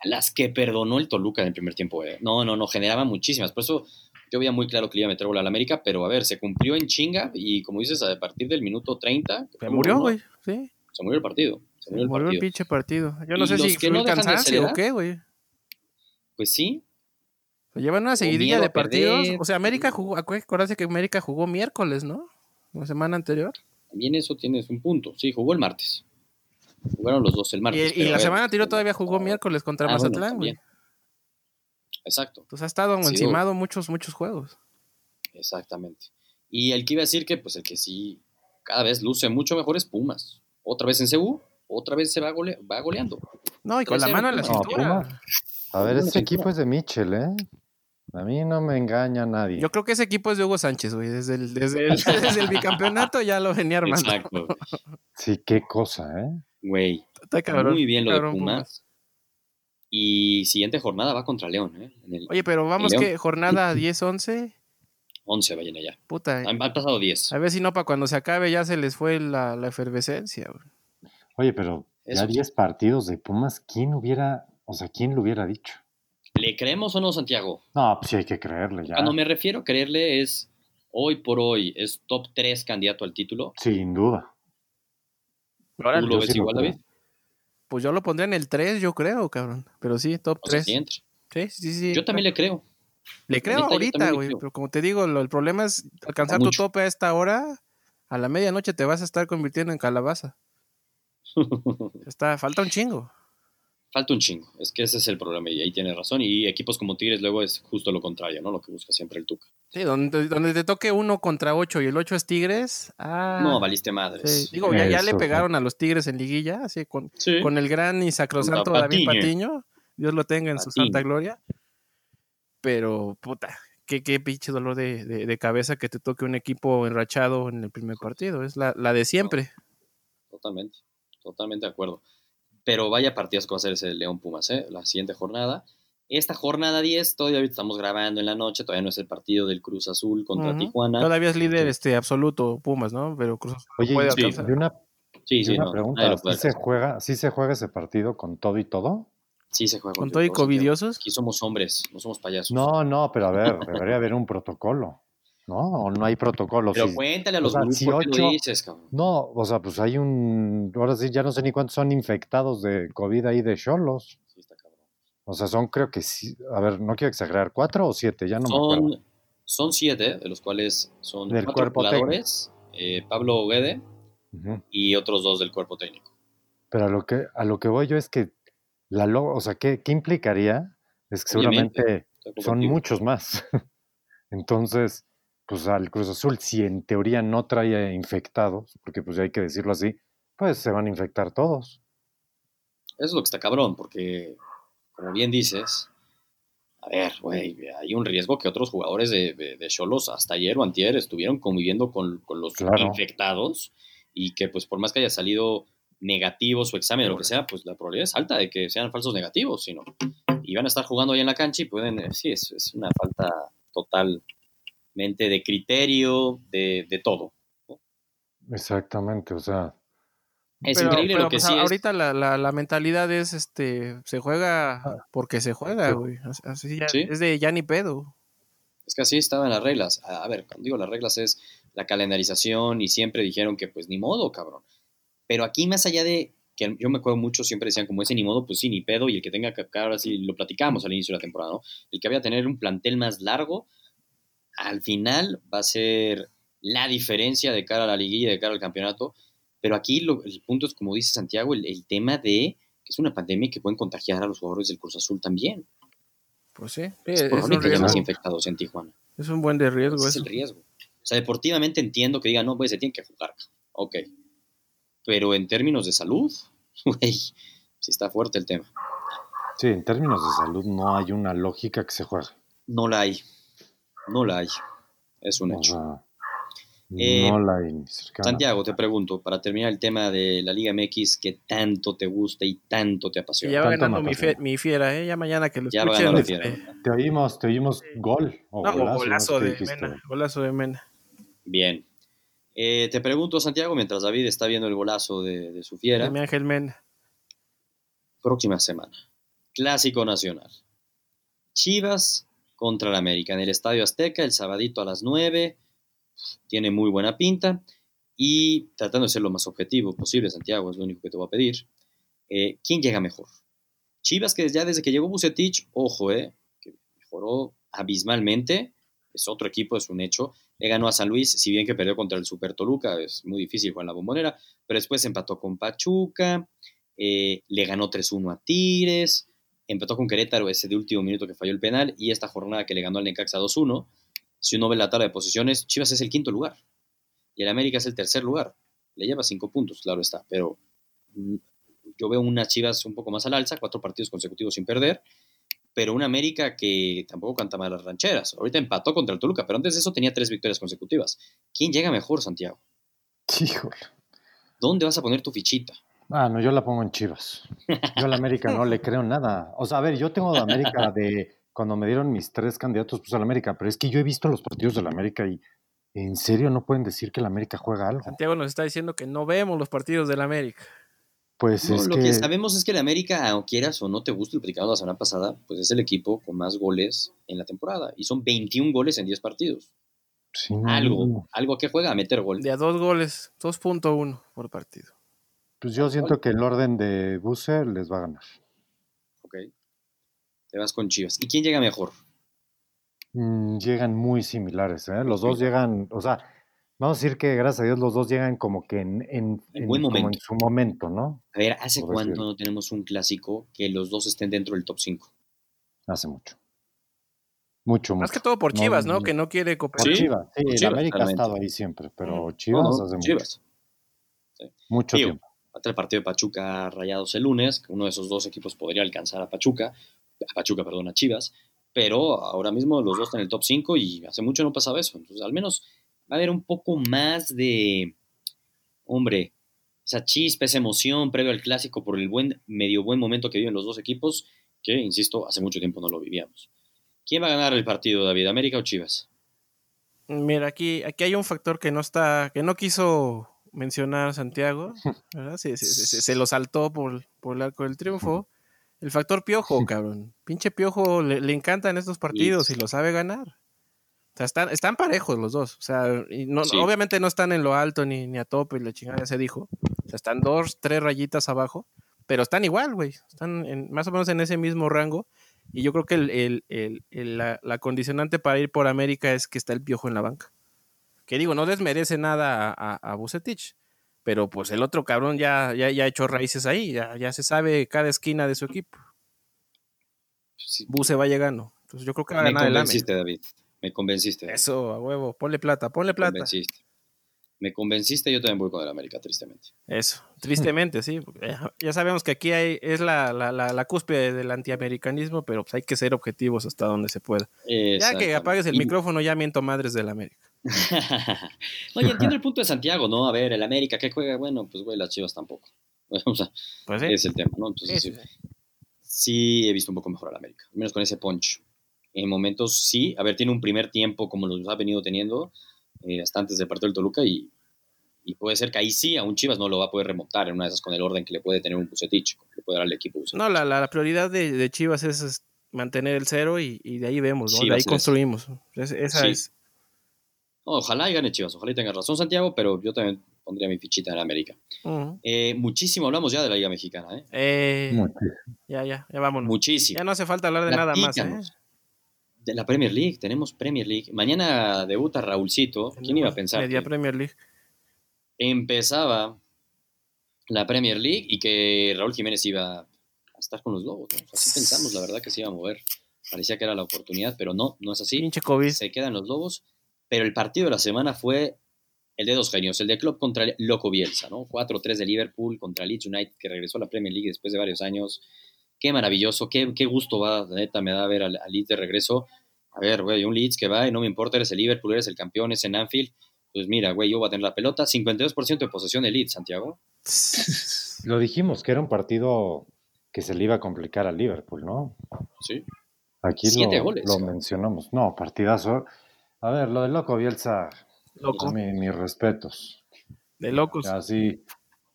Speaker 1: Las que perdonó el Toluca en el primer tiempo, eh. no, no, no, generaba muchísimas, por eso yo veía muy claro que le iba a meter gol al América, pero a ver, se cumplió en chinga y como dices, a partir del minuto 30, que
Speaker 2: Se
Speaker 1: fue
Speaker 2: murió,
Speaker 1: uno,
Speaker 2: güey. Sí.
Speaker 1: Se murió el partido, se murió el
Speaker 2: Volvió el
Speaker 1: partido.
Speaker 2: pinche partido. Yo no
Speaker 1: Y
Speaker 2: sé si
Speaker 1: los que
Speaker 2: fue
Speaker 1: no
Speaker 2: el
Speaker 1: dejan de
Speaker 2: cansancio o
Speaker 1: acelerar,
Speaker 2: qué, güey.
Speaker 1: Pues sí,
Speaker 2: Se Llevan una
Speaker 1: o
Speaker 2: seguidilla
Speaker 1: miedo
Speaker 2: de
Speaker 1: a perder.
Speaker 2: partidos. O sea, América jugó, acu- acuérdense que América jugó miércoles, ¿no? La semana anterior.
Speaker 1: también eso tienes un punto, sí, jugó el martes. Jugaron los dos el
Speaker 2: Y,
Speaker 1: martes.
Speaker 2: y
Speaker 1: pero a
Speaker 2: la
Speaker 1: ver,
Speaker 2: semana anterior todavía jugó
Speaker 1: no.
Speaker 2: miércoles contra
Speaker 1: Ah, bueno,
Speaker 2: Mazatlán, güey.
Speaker 1: también. Exacto.
Speaker 2: Entonces ha estado
Speaker 1: Sí,
Speaker 2: encimado muchos, muchos juegos.
Speaker 1: Exactamente. Y el que iba a decir que, pues el que sí, cada vez luce mucho mejor es Pumas. Otra vez en CU, otra vez se va, gole- va goleando.
Speaker 2: No, y con la
Speaker 1: 3-0
Speaker 2: mano en la
Speaker 1: Pumas.
Speaker 3: No,
Speaker 2: cintura.
Speaker 3: Pumas. A ver, este equipo es de Mitchell, ¿eh? A mí no me engaña nadie.
Speaker 2: Yo creo que ese equipo es de Hugo Sánchez, güey. Desde el, desde el, desde el bicampeonato ya lo venía armando.
Speaker 1: Exacto.
Speaker 3: Sí, qué cosa, ¿eh?
Speaker 1: Güey,
Speaker 2: Está cabrón.
Speaker 1: muy bien lo
Speaker 2: cabrón,
Speaker 1: de Pumas. Y siguiente jornada va contra León, ¿eh? En el
Speaker 2: Oye, pero vamos
Speaker 1: Y León.
Speaker 2: que jornada 10-11.
Speaker 1: 11 vayan allá.
Speaker 2: Puta,
Speaker 1: Han, han pasado 10.
Speaker 2: a ver si no, para cuando se acabe ya se les fue la, la efervescencia, güey.
Speaker 3: Oye, pero ya
Speaker 1: Eso sí.
Speaker 3: 10 partidos de Pumas, ¿quién hubiera, o sea, quién lo hubiera dicho?
Speaker 1: ¿Le creemos o no, Santiago?
Speaker 3: No, pues sí hay que creerle ya.
Speaker 1: Cuando Ah, me refiero a creerle es, hoy por hoy, es top 3 candidato al título.
Speaker 3: Sin duda.
Speaker 1: ¿Tú lo
Speaker 3: yo
Speaker 1: ves
Speaker 3: sí lo
Speaker 1: igual,
Speaker 3: creo.
Speaker 1: David?
Speaker 2: Pues yo lo pondría en el 3, yo creo, cabrón. Pero sí, top
Speaker 1: O sea,
Speaker 2: 3.
Speaker 1: sí entra.
Speaker 2: Sí, sí, sí.
Speaker 1: Yo también le creo.
Speaker 2: le, creo
Speaker 1: neta, yo
Speaker 2: ahorita,
Speaker 1: también le
Speaker 2: güey.
Speaker 1: creo.
Speaker 2: Pero como te digo, lo- el problema es alcanzar tu
Speaker 1: mucho.
Speaker 2: tope a esta hora. A la medianoche te vas a estar convirtiendo en calabaza. Está, falta un chingo.
Speaker 1: Falta un chingo, es que ese es el problema y ahí tienes razón. Y equipos como Tigres luego es justo lo contrario, ¿no? Lo que busca siempre el Tuca.
Speaker 2: Sí, donde, donde te toque uno contra 8 y el 8 es Tigres. Ah,
Speaker 1: No, valiste
Speaker 2: sí.
Speaker 1: madres. Sí,
Speaker 2: Digo, ya, ya le
Speaker 3: Eso,
Speaker 2: pegaron a los Tigres en liguilla, así con, con el gran y sacrosanto
Speaker 1: Contra
Speaker 2: David
Speaker 1: Patiño.
Speaker 2: Patiño. Dios lo tenga en su
Speaker 1: Patiño.
Speaker 2: santa gloria. Pero, puta, qué, qué pinche dolor de, de- de cabeza que te toque un equipo enrachado en el primer partido. Es la, la de siempre.
Speaker 1: totalmente, totalmente de acuerdo. Pero vaya partidas que va a ser ese León Pumas, ¿eh? La siguiente jornada. Esta jornada 10, todavía ahorita estamos grabando en la noche, todavía no es el partido del Cruz Azul contra
Speaker 2: Ujú.
Speaker 1: Tijuana.
Speaker 2: Todavía es líder este absoluto Pumas, ¿no? Pero Cruz Azul
Speaker 3: Oye,
Speaker 2: puede
Speaker 1: sí.
Speaker 2: alcanzar.
Speaker 3: y una,
Speaker 1: Sí,
Speaker 3: y
Speaker 1: sí,
Speaker 3: una
Speaker 1: no, nadie
Speaker 3: pregunta,
Speaker 1: lo puede
Speaker 3: ¿sí se,
Speaker 1: alcanzar.
Speaker 3: juega, ¿sí se juega ese partido con todo y todo?
Speaker 1: Sí, se juega
Speaker 2: con
Speaker 1: contra
Speaker 2: todo y
Speaker 1: todos, Santiago.
Speaker 2: covidiosos.
Speaker 1: Aquí somos hombres, no somos payasos.
Speaker 3: No, no, pero a ver, debería haber un protocolo, ¿no? O no hay protocolo.
Speaker 1: Pero
Speaker 3: sí.
Speaker 1: cuéntale a
Speaker 3: o
Speaker 1: los
Speaker 3: sea,
Speaker 1: grupos
Speaker 3: si
Speaker 1: por qué
Speaker 3: ocho-
Speaker 1: lo dices, cabrón.
Speaker 3: No, o sea, pues hay un, ahora sí, ya no sé ni cuántos son infectados de COVID ahí de Cholos.
Speaker 1: Sí, está cabrón.
Speaker 3: O sea, son creo que sí, a ver, no quiero exagerar, cuatro o siete, ya no me acuerdo.
Speaker 1: son, son siete, de los cuales son
Speaker 3: Del
Speaker 1: cuatro
Speaker 3: cuerpo
Speaker 1: jugadores, eh, Pablo Guede
Speaker 3: Ujú.
Speaker 1: y otros dos del cuerpo técnico.
Speaker 3: Pero a lo que, a lo que voy yo es que la lo, o sea, ¿qué, ¿qué, implicaría? Es que Obviamente, seguramente son contigo. muchos más. Entonces, pues al Cruz Azul, si en teoría no trae infectados, porque pues hay que decirlo así, pues se van a infectar todos.
Speaker 1: Eso es lo que está cabrón, porque como bien dices, a ver, güey, hay un riesgo que otros jugadores de Cholos hasta ayer o antier estuvieron conviviendo con, con los claro. infectados y que pues por más que haya salido negativo su examen o lo que sea, pues la probabilidad es alta de que sean falsos negativos, sino y van a estar jugando ahí en la cancha y pueden, eh, sí, es, es una falta totalmente de criterio, de, de todo. ¿no?
Speaker 3: Exactamente, o sea,
Speaker 1: es pero, increíble pero, lo que pues, sí
Speaker 2: Ahorita
Speaker 1: es.
Speaker 2: La, la, la, mentalidad es, este, se
Speaker 1: Ah.
Speaker 2: juega porque se juega, güey. Así ya, ¿Sí? es de ya ni pedo.
Speaker 1: Es que así estaban las reglas. A, a, ver, cuando digo las reglas es la calendarización y siempre dijeron que pues ni modo, cabrón. Pero aquí más allá de que yo me acuerdo mucho, siempre decían como ese ni modo, pues sí, ni pedo, y el que tenga que, ahora sí lo platicamos al inicio de la temporada, ¿no? El que vaya a tener un plantel más largo, al final va a ser la diferencia de cara a la liguilla, de cara al campeonato, pero aquí lo, el punto es, como dice Santiago, el, el, tema de que es una pandemia que pueden contagiar a los jugadores del Cruz Azul también.
Speaker 2: Pues sí, sí
Speaker 1: es, es un riesgo. Más infectados en Tijuana.
Speaker 2: Es un buen de riesgo.
Speaker 1: Ese es el riesgo. O sea, deportivamente entiendo que digan, no, pues se tienen que jugar. Ok. Pero en términos de salud, güey, sí está fuerte el tema.
Speaker 3: Sí, en términos de salud no hay una lógica que se juegue.
Speaker 1: No la hay. No la hay. Es un o hecho. Sea...
Speaker 3: Eh, no la
Speaker 1: Santiago, te pregunto, para terminar el tema de la Liga MX que tanto te gusta y tanto te apasiona.
Speaker 2: Ya va ganando mi, fiera, mi fiera ¿eh? ya mañana que lo ya escuchen. Va este.
Speaker 3: la fiera. Te oímos, te oímos gol.
Speaker 2: O no, golazo, golazo, de Mena, golazo, de Mena,
Speaker 1: Bien. Eh, te pregunto, Santiago, mientras David está viendo el golazo de, de su fiera.
Speaker 2: De mi Ángel Mena.
Speaker 1: Próxima semana. Clásico Nacional. Chivas contra el América en el Estadio Azteca el sabadito a las 9 tiene muy buena pinta y tratando de ser lo más objetivo posible, Santiago, es lo único que te voy a pedir. Eh, ¿Quién llega mejor? Chivas, que ya desde que llegó Bucetich, ojo, eh, que mejoró abismalmente, es otro equipo, es un hecho. Le ganó a San Luis, si bien que perdió contra el Super Toluca, es muy difícil jugar en la bombonera, pero después empató con Pachuca, eh, le ganó 3-1 a Tigres, empató con Querétaro ese de último minuto que falló el penal y esta jornada que le ganó al Necaxa 2-1 si uno ve la tabla de posiciones, Chivas es el quinto lugar y el América es el tercer lugar. Le lleva cinco puntos, claro está, pero mm, yo veo unas Chivas un poco más al alza, cuatro partidos consecutivos sin perder, pero una América que tampoco canta mal las rancheras. Ahorita empató contra el Toluca, pero antes de eso tenía tres victorias consecutivas. ¿Quién llega mejor, Santiago?
Speaker 3: Híjole.
Speaker 1: ¿Dónde vas a poner tu fichita?
Speaker 3: Ah, no, yo la pongo en Chivas. Yo a la América no le creo nada. O sea, a ver, yo tengo la América de cuando me dieron mis tres candidatos, pues al América, pero es que yo he visto los partidos del América y en serio no pueden decir que el América juega algo.
Speaker 2: Santiago nos está diciendo que no vemos los partidos del América.
Speaker 3: Pues no, es
Speaker 1: lo
Speaker 3: que...
Speaker 1: que... sabemos es que el América, aunque quieras o no te guste el predicado de la semana pasada, pues es el equipo con más goles en la temporada y son 21 goles en 10 partidos.
Speaker 3: Sí.
Speaker 1: Algo, algo que juega a meter goles.
Speaker 2: De a dos goles, 2.1 por partido.
Speaker 3: Pues yo siento gol? que el orden de Buse les va a ganar.
Speaker 1: Ok te vas con Chivas. ¿Y quién llega mejor?
Speaker 3: Mm, llegan muy similares, ¿eh? Los dos llegan, o sea, vamos a decir que gracias a Dios los dos llegan como que en, en,
Speaker 1: en, buen
Speaker 3: en
Speaker 1: momento.
Speaker 3: en su momento, ¿no?
Speaker 1: A ver, ¿hace Por cuánto decir? no tenemos un clásico que los dos estén dentro del top 5?
Speaker 3: Hace mucho. Mucho, mucho.
Speaker 2: Más que todo por Chivas, ¿no? no, no. Que no quiere cooperar.
Speaker 3: Por Chivas, sí, por Chivas, el América claramente. ha estado ahí siempre, pero Chivas no, hace Chivas. mucho. Sí. Mucho Digo, tiempo.
Speaker 1: Hasta el partido de Pachuca Rayados el lunes, que uno de esos dos equipos podría alcanzar a Pachuca, a Pachuca, perdón, a Chivas, pero ahora mismo los dos están en el top 5 y hace mucho no pasaba eso. Entonces, al menos va a haber un poco más de, hombre, esa chispa, esa emoción previo al clásico por el buen, medio buen momento que viven los dos equipos, que, insisto, hace mucho tiempo no lo vivíamos. ¿Quién va a ganar el partido, David? ¿América o Chivas?
Speaker 2: Mira, aquí, aquí hay un factor que no está, que no quiso mencionar Santiago, ¿verdad? Se, se, se, se lo saltó por, por el arco del triunfo. El factor piojo, cabrón. Pinche piojo le, le encantan estos partidos sí. y lo sabe ganar. O sea, están, están parejos los dos. O sea, no, sí. obviamente no están en lo alto ni, ni a tope y la chingada ya se dijo. O sea, están dos, tres rayitas abajo, pero están igual, güey. Están en, más o menos en ese mismo rango. Y yo creo que el, el, el, la, la, condicionante para ir por América es que está el piojo en la banca. Que digo, no desmerece nada a, a, a Bucetich Pero pues el otro cabrón ya, ya, ya ha hecho raíces ahí, ya, ya se sabe cada esquina de su equipo.
Speaker 1: Sí.
Speaker 2: Buse va llegando. Entonces yo creo que va a
Speaker 1: Me
Speaker 2: ganar el AME.
Speaker 1: convenciste, David. Me convenciste.
Speaker 2: Eso, a huevo. Ponle plata, ponle
Speaker 1: Me
Speaker 2: plata.
Speaker 1: convenciste. Me convenciste, yo también voy con el América, tristemente.
Speaker 2: Eso, tristemente, sí. porque Ya, ya sabemos que aquí hay, es la, la, la, la cúspide del antiamericanismo, pero pues hay que ser objetivos hasta donde se pueda. Ya que
Speaker 1: Exactamente.
Speaker 2: apagues el
Speaker 1: Y-
Speaker 2: micrófono, ya miento madres del América.
Speaker 1: no, y entiendo el punto de Santiago, ¿no? A ver, el América, ¿qué juega? Bueno, pues, güey, las chivas tampoco. O sea,
Speaker 2: Pues sí. eh,
Speaker 1: es el tema, ¿no? Entonces,
Speaker 2: Sí,
Speaker 1: sí,
Speaker 2: sí, sí.
Speaker 1: sí he visto un poco mejor al América, al menos con ese punch. En momentos sí, a ver, tiene un primer tiempo como los ha venido teniendo eh, hasta antes del partido del Toluca y, y puede ser que ahí sí, aún Chivas no lo va a poder remontar en una de esas con el orden que le puede tener un Bucetich, que le puede dar al equipo Bucetich.
Speaker 2: No, la, la, la prioridad de, de Chivas es, es mantener el cero y, y de ahí vemos, ¿no?
Speaker 1: Sí,
Speaker 2: de
Speaker 1: va a
Speaker 2: ahí
Speaker 1: ser eso.
Speaker 2: construimos. Es- esa
Speaker 1: Sí.
Speaker 2: es.
Speaker 1: No, ojalá y gane Chivas, ojalá y tenga razón Santiago, pero yo también pondría mi fichita en América.
Speaker 2: Ujú.
Speaker 1: Eh, muchísimo hablamos ya de la Liga Mexicana, ¿eh?
Speaker 2: Eh,
Speaker 3: Muchísimo.
Speaker 2: ya, ya, ya vámonos.
Speaker 1: Muchísimo.
Speaker 2: Ya no hace falta hablar de nada más. ¿eh?
Speaker 1: Platícanos. de la Premier League, tenemos Premier League. Mañana debuta Raulcito. ¿Quién iba a pensar
Speaker 2: Media
Speaker 1: que
Speaker 2: Premier League.
Speaker 1: empezaba la Premier League y que Raúl Jiménez iba a estar con los Lobos? ¿no? Así pensamos, la verdad, que se iba a mover. Parecía que era la oportunidad, pero no, no es así.
Speaker 2: Pinche COVID.
Speaker 1: Se quedan los Lobos. Pero el partido de la semana fue el de dos genios, el de Klopp contra el Loco Bielsa, ¿no? 4-3 de Liverpool contra Leeds United, que regresó a la Premier League después de varios años. Qué maravilloso, qué, qué gusto va, la neta, me da ver al, al Leeds de regreso. A ver, güey, un Leeds que va y no me importa, eres el Liverpool, eres el campeón, es en Anfield. Pues mira, güey, yo voy a tener la pelota. 52% de posesión de Leeds, Santiago.
Speaker 3: Lo dijimos que era un partido que se le iba a complicar al Liverpool, ¿no?
Speaker 1: Sí.
Speaker 3: Aquí
Speaker 1: Siete
Speaker 3: lo,
Speaker 1: goles.
Speaker 3: lo mencionamos. No, partidazo. A ver, lo de Loco Bielsa,
Speaker 2: Loco.
Speaker 3: mi- mis respetos.
Speaker 2: De locos.
Speaker 3: Así,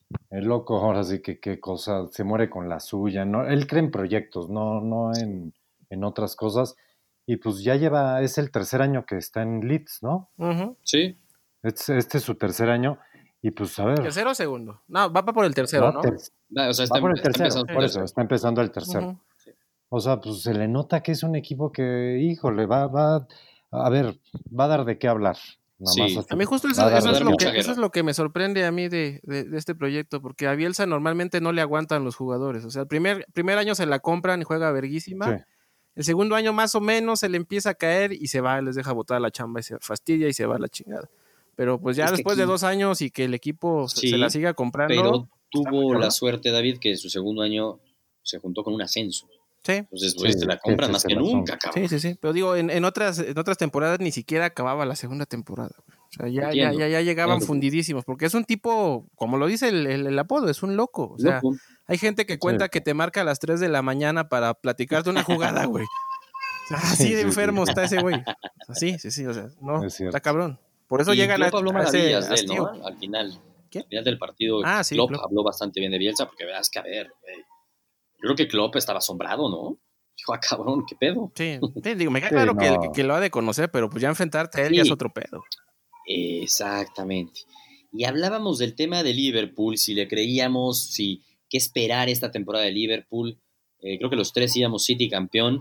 Speaker 3: Ah, el loco ahora sí que qué cosa, se muere con la suya. ¿no? Él cree en proyectos, no, no en, en otras cosas. Y pues ya lleva, es el tercer año que está en Leeds, ¿no?
Speaker 2: Ujú.
Speaker 1: Sí,
Speaker 3: Este, este es su tercer año. Y pues, a ver,
Speaker 2: ¿Tercero o segundo? No, va va por el tercero,
Speaker 3: va
Speaker 2: ¿no?
Speaker 3: ter-
Speaker 1: Va, o sea,
Speaker 3: va
Speaker 1: está,
Speaker 3: por el
Speaker 1: está
Speaker 3: tercero,
Speaker 1: empezando
Speaker 3: por eso, está empezando el tercero.
Speaker 2: Ujú.
Speaker 3: O sea, pues se le nota que es un equipo que, híjole, va, va, a ver, va a dar de qué hablar. Nada
Speaker 1: Sí.
Speaker 3: más así.
Speaker 2: A mí justo
Speaker 3: Va
Speaker 2: eso,
Speaker 3: a dar
Speaker 2: eso es
Speaker 3: de
Speaker 2: lo que,
Speaker 3: qué
Speaker 1: mucha
Speaker 2: eso
Speaker 1: guerra.
Speaker 2: es lo que me sorprende a mí de, de- de este proyecto, porque a Bielsa normalmente no le aguantan los jugadores. O sea, el primer, primer año se la compran y juega verguísima.
Speaker 3: Sí.
Speaker 2: El segundo año más o menos se le empieza a caer y se va, les deja botar la chamba y se fastidia y se va a la chingada. Pero pues ya
Speaker 1: Es que
Speaker 2: después de
Speaker 1: aquí-
Speaker 2: dos años y que el equipo se-
Speaker 1: Sí,
Speaker 2: se la siga comprando.
Speaker 1: Pero
Speaker 2: muy
Speaker 1: tuvo
Speaker 2: cabrón.
Speaker 1: la suerte, David, que su segundo año se juntó con un ascenso.
Speaker 2: Sí,
Speaker 1: Entonces,
Speaker 3: Sí,
Speaker 1: pues, te la compran
Speaker 3: ese
Speaker 1: más
Speaker 3: es
Speaker 1: que
Speaker 3: el
Speaker 1: nunca,
Speaker 2: sí,
Speaker 1: cabrón.
Speaker 2: sí, sí. Pero digo, en, en otras, en otras temporadas ni siquiera acababa la segunda temporada. güey. O sea, ya, ya,
Speaker 1: Entiendo.
Speaker 2: ya, ya llegaban
Speaker 1: Claro.
Speaker 2: fundidísimos, porque es un tipo, como lo dice el, el- el apodo, es un loco. O sea,
Speaker 1: Loco.
Speaker 2: Hay gente que cuenta que te marca a las 3 de la mañana para platicarte una jugada, güey. O sea, Así
Speaker 3: Sí,
Speaker 2: de
Speaker 3: sí,
Speaker 2: enfermo
Speaker 3: sí.
Speaker 2: está ese güey. O sea, Sí, sí, sí, o sea, no,
Speaker 3: Es cierto.
Speaker 2: está cabrón. Por eso
Speaker 1: Y
Speaker 2: llegan a,
Speaker 1: Klopp habló
Speaker 2: a ese
Speaker 1: maravillas de él,
Speaker 2: hastío.
Speaker 1: ¿no? Al final,
Speaker 2: ¿Qué?
Speaker 1: al final del partido,
Speaker 2: Ah, sí,
Speaker 1: Klopp
Speaker 2: Klopp.
Speaker 1: habló bastante bien de Bielsa, porque veas que, a ver, güey, yo creo que Klopp estaba asombrado, ¿no? Dijo, ah, cabrón, qué pedo.
Speaker 2: Sí, sí, digo, me queda
Speaker 3: Sí,
Speaker 2: claro que,
Speaker 3: no.
Speaker 2: que- que lo ha de conocer, pero pues ya enfrentarte a él ya
Speaker 1: Sí.
Speaker 2: es otro pedo.
Speaker 1: Exactamente. Y hablábamos del tema de Liverpool, si le creíamos, si qué esperar esta temporada de Liverpool. Eh, creo que los tres íbamos City campeón.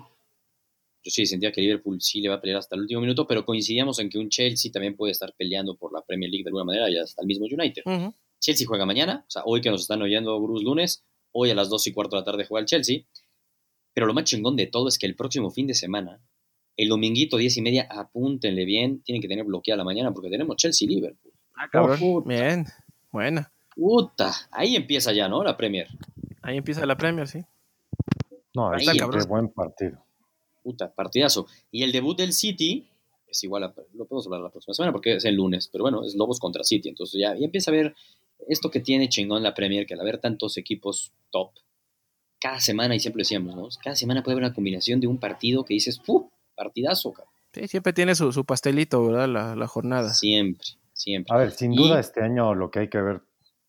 Speaker 1: Yo sí sentía que Liverpool sí le va a pelear hasta el último minuto, pero coincidíamos en que un Chelsea también puede estar peleando por la Premier League de alguna manera y hasta el mismo United.
Speaker 2: Ujú.
Speaker 1: Chelsea juega mañana, o sea, hoy que nos están oyendo Bruce lunes, hoy a las 2 y cuarto de la tarde juega el Chelsea. Pero lo más chingón de todo es que el próximo fin de semana, el dominguito 10 y media, apúntenle bien, tienen que tener bloqueada la mañana porque tenemos Chelsea Liverpool.
Speaker 2: Ah, cabrón.
Speaker 1: puta.
Speaker 2: Bien, buena.
Speaker 1: Puta, ahí empieza ya, ¿no? La Premier.
Speaker 2: Ahí empieza la Premier, sí.
Speaker 3: No,
Speaker 1: Ahí,
Speaker 3: es que
Speaker 2: cabrón.
Speaker 3: qué buen partido.
Speaker 1: Puta, partidazo. Y el debut del City es igual, a- lo podemos hablar la próxima semana porque es el lunes, pero bueno, es Lobos contra City. Entonces ya, ya empieza a ver esto que tiene chingón la Premier, que al haber tantos equipos top, cada semana, y siempre decíamos, ¿no? Cada semana puede haber una combinación de un partido que dices, ¡puh! Partidazo, cabrón.
Speaker 2: Sí, siempre tiene su, su pastelito, ¿verdad? La, la jornada.
Speaker 1: Siempre, siempre.
Speaker 3: A ver, sin
Speaker 1: Y-
Speaker 3: duda este año lo que hay que ver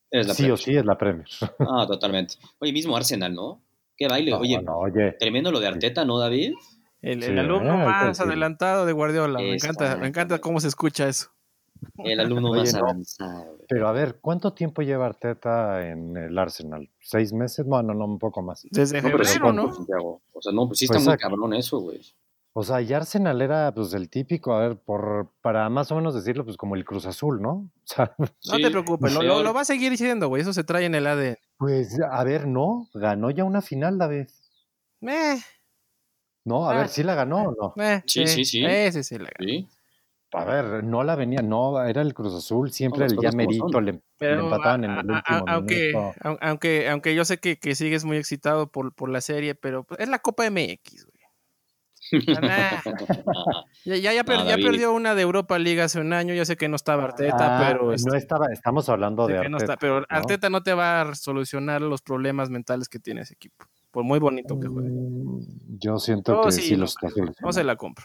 Speaker 1: Es la
Speaker 3: Ah, sí o
Speaker 1: Premier.
Speaker 3: sí es la Premier.
Speaker 1: Ah, totalmente. Oye, mismo Arsenal, ¿no? Qué baile.
Speaker 3: No,
Speaker 1: Oye,
Speaker 3: no, oye,
Speaker 1: tremendo lo de Arteta, ¿no, David?
Speaker 2: El,
Speaker 3: Sí,
Speaker 2: el alumno
Speaker 3: ahorita
Speaker 2: más
Speaker 3: sí.
Speaker 2: adelantado de Guardiola. Me encanta, me encanta
Speaker 1: Exactamente.
Speaker 2: cómo se escucha eso.
Speaker 1: El alumno
Speaker 3: Oye,
Speaker 1: más
Speaker 3: no.
Speaker 1: avanzado. güey.
Speaker 3: pero a ver, ¿cuánto tiempo lleva Arteta en el Arsenal? ¿Seis meses? No, no, no, un poco más.
Speaker 2: Desde
Speaker 1: No, pero sí,
Speaker 2: febrero, ¿no?
Speaker 1: ¿cuánto, Santiago? O sea, no, pues sí está
Speaker 3: Pues
Speaker 1: muy
Speaker 3: exacto.
Speaker 1: cabrón eso, güey.
Speaker 3: O sea, y Arsenal era pues el típico, a ver, por, para más o menos decirlo, pues como el Cruz Azul, ¿no? O
Speaker 2: No
Speaker 3: sea,
Speaker 2: te preocupes, lo, lo- lo va a seguir diciendo, güey. Eso se trae en el ADN.
Speaker 3: pues a ver, no, ganó ya una final, David.
Speaker 2: Eh,
Speaker 3: No, a
Speaker 2: Ah.
Speaker 3: ver, sí la ganó o no.
Speaker 2: eh,
Speaker 1: Sí,
Speaker 2: eh,
Speaker 1: sí, sí.
Speaker 2: eh, sí, sí, la gana.
Speaker 1: Sí.
Speaker 3: A ver, no la venía, no, era el Cruz Azul, siempre
Speaker 1: Son las
Speaker 3: el ya
Speaker 1: cosas como
Speaker 3: merito,
Speaker 1: son.
Speaker 3: le, le
Speaker 2: Pero,
Speaker 3: empataban en
Speaker 2: a-
Speaker 3: el
Speaker 2: a-
Speaker 3: último
Speaker 2: a- aunque,
Speaker 3: minuto.
Speaker 2: au- aunque, aunque yo sé que, que sigues muy excitado por, por la serie, pero pues, es la Copa MX, güey. Nah,
Speaker 1: Ah,
Speaker 2: ya, ya, ya per-
Speaker 1: No,
Speaker 2: ya
Speaker 1: David.
Speaker 2: perdió una de Europa League hace un año. Yo sé que no estaba Arteta,
Speaker 3: Ah,
Speaker 2: pero. este,
Speaker 3: no estaba, estamos hablando
Speaker 2: sé
Speaker 3: de
Speaker 2: que no
Speaker 3: Arteta.
Speaker 2: está- pero Arteta no te va a solucionar los problemas mentales que tiene ese equipo. Por muy bonito que juegue.
Speaker 3: Mm, Yo siento
Speaker 2: Yo
Speaker 3: que
Speaker 2: sí,
Speaker 3: sí,
Speaker 2: no,
Speaker 3: los está
Speaker 2: No se la compro.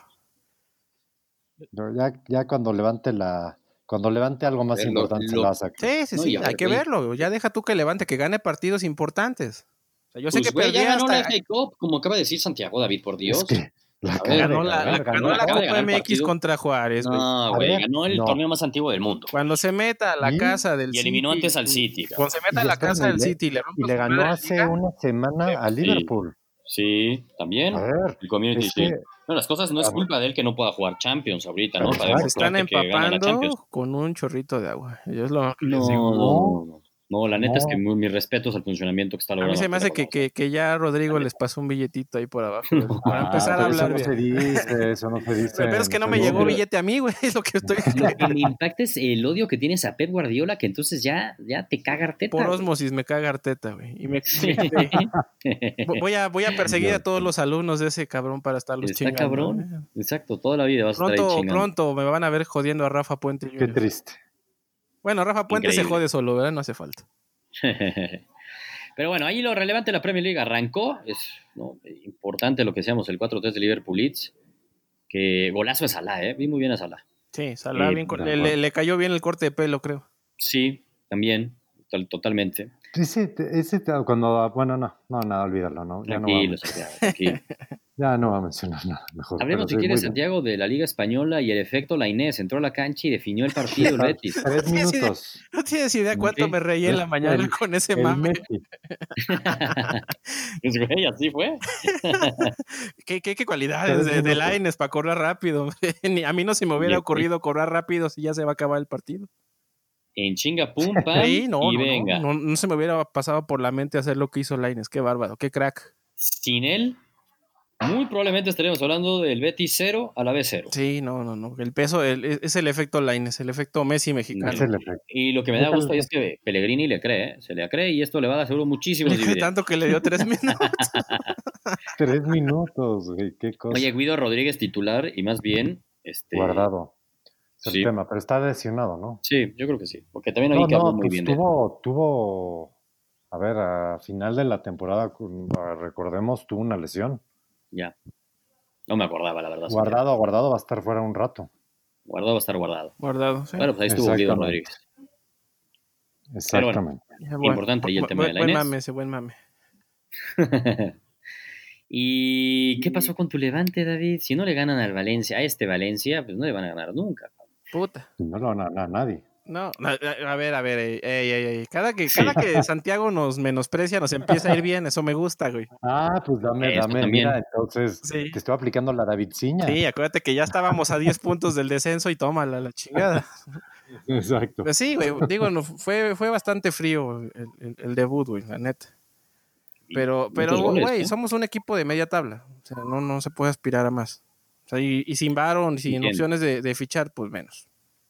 Speaker 3: solucionando. ya, ya cuando levante la, cuando levante algo más
Speaker 1: Pero Eh, lo-
Speaker 3: importante se
Speaker 1: lo-
Speaker 3: la va a sacar.
Speaker 2: Sí, sí,
Speaker 1: No,
Speaker 2: sí,
Speaker 1: y a
Speaker 2: hay
Speaker 1: ver, eh,
Speaker 2: que
Speaker 1: güey.
Speaker 2: verlo. güey. Ya deja tú que levante, que gane partidos importantes. O sea, yo sé
Speaker 1: pues,
Speaker 2: que
Speaker 1: güey,
Speaker 2: perdí
Speaker 1: ya ganó
Speaker 2: hasta-
Speaker 1: la FA Cup, como acaba de decir Santiago David, por Dios.
Speaker 3: Es que
Speaker 1: ver,
Speaker 3: la acaba de
Speaker 2: ganó la,
Speaker 3: ganar,
Speaker 2: la-
Speaker 1: ganó,
Speaker 2: ganó la
Speaker 1: acaba de
Speaker 2: Copa
Speaker 1: ganar
Speaker 2: MX
Speaker 1: partido.
Speaker 2: contra Juárez, güey.
Speaker 1: No,
Speaker 3: A
Speaker 1: güey,
Speaker 3: ver,
Speaker 1: ganó el
Speaker 3: no.
Speaker 1: torneo más antiguo del mundo.
Speaker 2: Cuando se meta a la
Speaker 3: Y-
Speaker 2: casa del
Speaker 1: Y eliminó
Speaker 2: City,
Speaker 1: antes al
Speaker 2: güey.
Speaker 1: City. cabrón.
Speaker 2: Cuando se meta a
Speaker 3: Y
Speaker 2: la
Speaker 3: espérame,
Speaker 2: casa del
Speaker 3: y le-
Speaker 2: City y le rompa
Speaker 3: y le
Speaker 2: su
Speaker 3: ganó
Speaker 2: madre en
Speaker 3: hace
Speaker 2: liga,
Speaker 3: una semana a Liverpool.
Speaker 1: Sí, también.
Speaker 3: A ver,
Speaker 1: El community,
Speaker 3: es que
Speaker 1: sí. No, las cosas no
Speaker 3: a
Speaker 1: es
Speaker 3: ver.
Speaker 1: culpa de él que no pueda jugar Champions ahorita, ¿no? Para
Speaker 3: Exacto.
Speaker 2: se están
Speaker 1: demostrarte que gana la Champions.
Speaker 2: empapando con un chorrito de agua. Yo es lo que les
Speaker 1: No,
Speaker 2: digo.
Speaker 1: no, no, no. No, la neta
Speaker 3: No.
Speaker 1: es que mi- mis respetos al funcionamiento que está
Speaker 2: A
Speaker 1: logrando.
Speaker 2: mí se me hace que,
Speaker 1: Arteta
Speaker 2: que, que ya a Rodrigo les pasó un billetito ahí por abajo. güey, Para
Speaker 3: Ah,
Speaker 2: empezar a
Speaker 3: pero
Speaker 2: hablar
Speaker 3: Eso
Speaker 2: bien.
Speaker 3: no se dice, eso no se dice.
Speaker 2: Pero es que no me
Speaker 3: se
Speaker 2: llegó
Speaker 3: dice.
Speaker 2: billete a mí, güey. Es lo que estoy.
Speaker 1: con Barcelona. Lo que me impacta es el odio que tienes a Pep Guardiola, que entonces ya, ya te caga Arteta.
Speaker 2: Por
Speaker 1: güey.
Speaker 2: osmosis me caga Arteta, güey. Y me.
Speaker 1: Sí.
Speaker 2: Vo- Voy a, voy a perseguir a todos los alumnos de ese cabrón para estarlos
Speaker 1: Está
Speaker 2: chingando.
Speaker 1: cabrón. Exacto, toda la vida vas a estar ahí
Speaker 2: Pronto,
Speaker 1: chingando.
Speaker 2: pronto me van a ver jodiendo a Rafa Puente.
Speaker 3: Qué
Speaker 2: Jr.
Speaker 3: triste.
Speaker 2: Bueno, Rafa Puente se
Speaker 1: Increíble.
Speaker 2: jode solo, ¿verdad? No hace falta.
Speaker 1: Pero bueno, ahí lo relevante de la Premier League arrancó. Es ¿no? importante lo que seamos el 4-3 de Liverpool Leeds. Que golazo de Salah, ¿eh? Vi muy bien a Salah.
Speaker 2: Sí, Salah
Speaker 1: Sí,
Speaker 2: bien cor-
Speaker 3: de
Speaker 2: le,
Speaker 3: acuerdo.
Speaker 2: le- le cayó bien el corte de pelo, creo.
Speaker 1: Sí, también. Total- totalmente.
Speaker 3: Ese, ese, cuando, bueno, no, no, nada, olvídalo, ¿no? Ya no, voy a
Speaker 1: Tranquilo, Santiago. tranquilo.
Speaker 3: Ya no va a mencionar nada mejor.
Speaker 1: Hablemos, si
Speaker 3: pero sí,
Speaker 1: quieres,
Speaker 3: muy bien.
Speaker 1: Santiago, de la Liga Española y el efecto La Inés. Entró a la cancha y definió el partido el Betis.
Speaker 3: Tres
Speaker 2: Sí, sí,
Speaker 3: minutos.
Speaker 2: No tienes idea cuánto
Speaker 1: Sí.
Speaker 2: me reí en la
Speaker 3: El-
Speaker 2: mañana
Speaker 3: el-
Speaker 2: con ese
Speaker 3: El
Speaker 2: mame.
Speaker 3: Messi.
Speaker 1: Pues, güey, así fue.
Speaker 2: ¿Qué, qué, qué cualidades
Speaker 3: Tres
Speaker 2: de, de
Speaker 3: minutos.
Speaker 2: Lainez para correr rápido? Ni- a mí no se me
Speaker 1: Oye,
Speaker 2: hubiera
Speaker 1: sí.
Speaker 2: ocurrido correr rápido si ya se va a acabar el partido.
Speaker 1: En chinga, pum, pam,
Speaker 2: Sí, no,
Speaker 1: y
Speaker 2: no, no,
Speaker 1: venga.
Speaker 2: no, no se me hubiera pasado por la mente hacer lo que hizo Lainez. Qué bárbaro, qué crack.
Speaker 1: Sin él, muy probablemente estaríamos hablando del Betis 0 a la vez 0.
Speaker 2: Sí, no, no, no. El peso el- e, es, es el efecto Lainez, el efecto Messi mexicano.
Speaker 3: Ese le pegó.
Speaker 1: Y lo que me da gusto ahí es que Pellegrini le cree, ¿eh? se le cree y esto le va a dar seguro muchísimos dividendos.
Speaker 2: Tanto que le dio tres minutos.
Speaker 3: Tres minutos, güey, qué cosa.
Speaker 1: Oye, Guido Rodríguez titular y más bien. Este,
Speaker 3: Guardado. Es el
Speaker 1: Sí.
Speaker 3: tema, pero está lesionado, ¿no?
Speaker 1: Sí, yo creo que sí. Porque también
Speaker 3: No,
Speaker 1: hay que hablar
Speaker 3: no,
Speaker 1: muy
Speaker 3: pues
Speaker 1: bien de él.
Speaker 3: tuvo, tuvo, a ver, a final de la temporada, cu- a- recordemos, tuvo una lesión.
Speaker 1: Ya. No me acordaba, la verdad. Santiago.
Speaker 3: Guardado, guardado, va a estar fuera un rato.
Speaker 1: Guardado va a estar guardado.
Speaker 2: Guardado, sí.
Speaker 1: Bueno, pues ahí estuvo Guido
Speaker 3: Exactamente.
Speaker 1: Rodríguez.
Speaker 3: Exactamente.
Speaker 2: Ya, bueno.
Speaker 1: importante ahí el
Speaker 2: Bu-
Speaker 1: tema de
Speaker 2: Buen
Speaker 1: Lainez.
Speaker 2: mame ese, buen mame.
Speaker 1: ¿Y qué pasó con tu Levante, David? Si no le ganan al Valencia, a este Valencia, pues no le van a ganar nunca.
Speaker 2: Puta.
Speaker 3: No lo van a ganar nadie.
Speaker 2: No, a a- a ver, a ver, ey, ey, ey, ey. Cada que, cada que Santiago nos menosprecia, nos empieza a ir bien, eso me gusta, güey.
Speaker 3: Ah, pues dame,
Speaker 1: Eso
Speaker 3: dame.
Speaker 1: también.
Speaker 3: Mira, entonces
Speaker 2: Sí.
Speaker 3: te estoy aplicando la Davidciña.
Speaker 2: Sí, acuérdate que ya estábamos a 10 puntos del descenso y tómala la chingada.
Speaker 3: Exacto.
Speaker 2: Pues sí, güey, digo, no, fue, fue bastante frío el, el- el debut, güey, la neta. Pero,
Speaker 1: Muchos
Speaker 2: pero
Speaker 1: goles, ¿eh?
Speaker 2: güey,
Speaker 1: ¿no?
Speaker 2: somos un equipo de media tabla. O sea, no, no se puede aspirar a más. O sea, y, y sin varón, sin
Speaker 1: Entiendo.
Speaker 2: opciones de, de fichar, pues menos.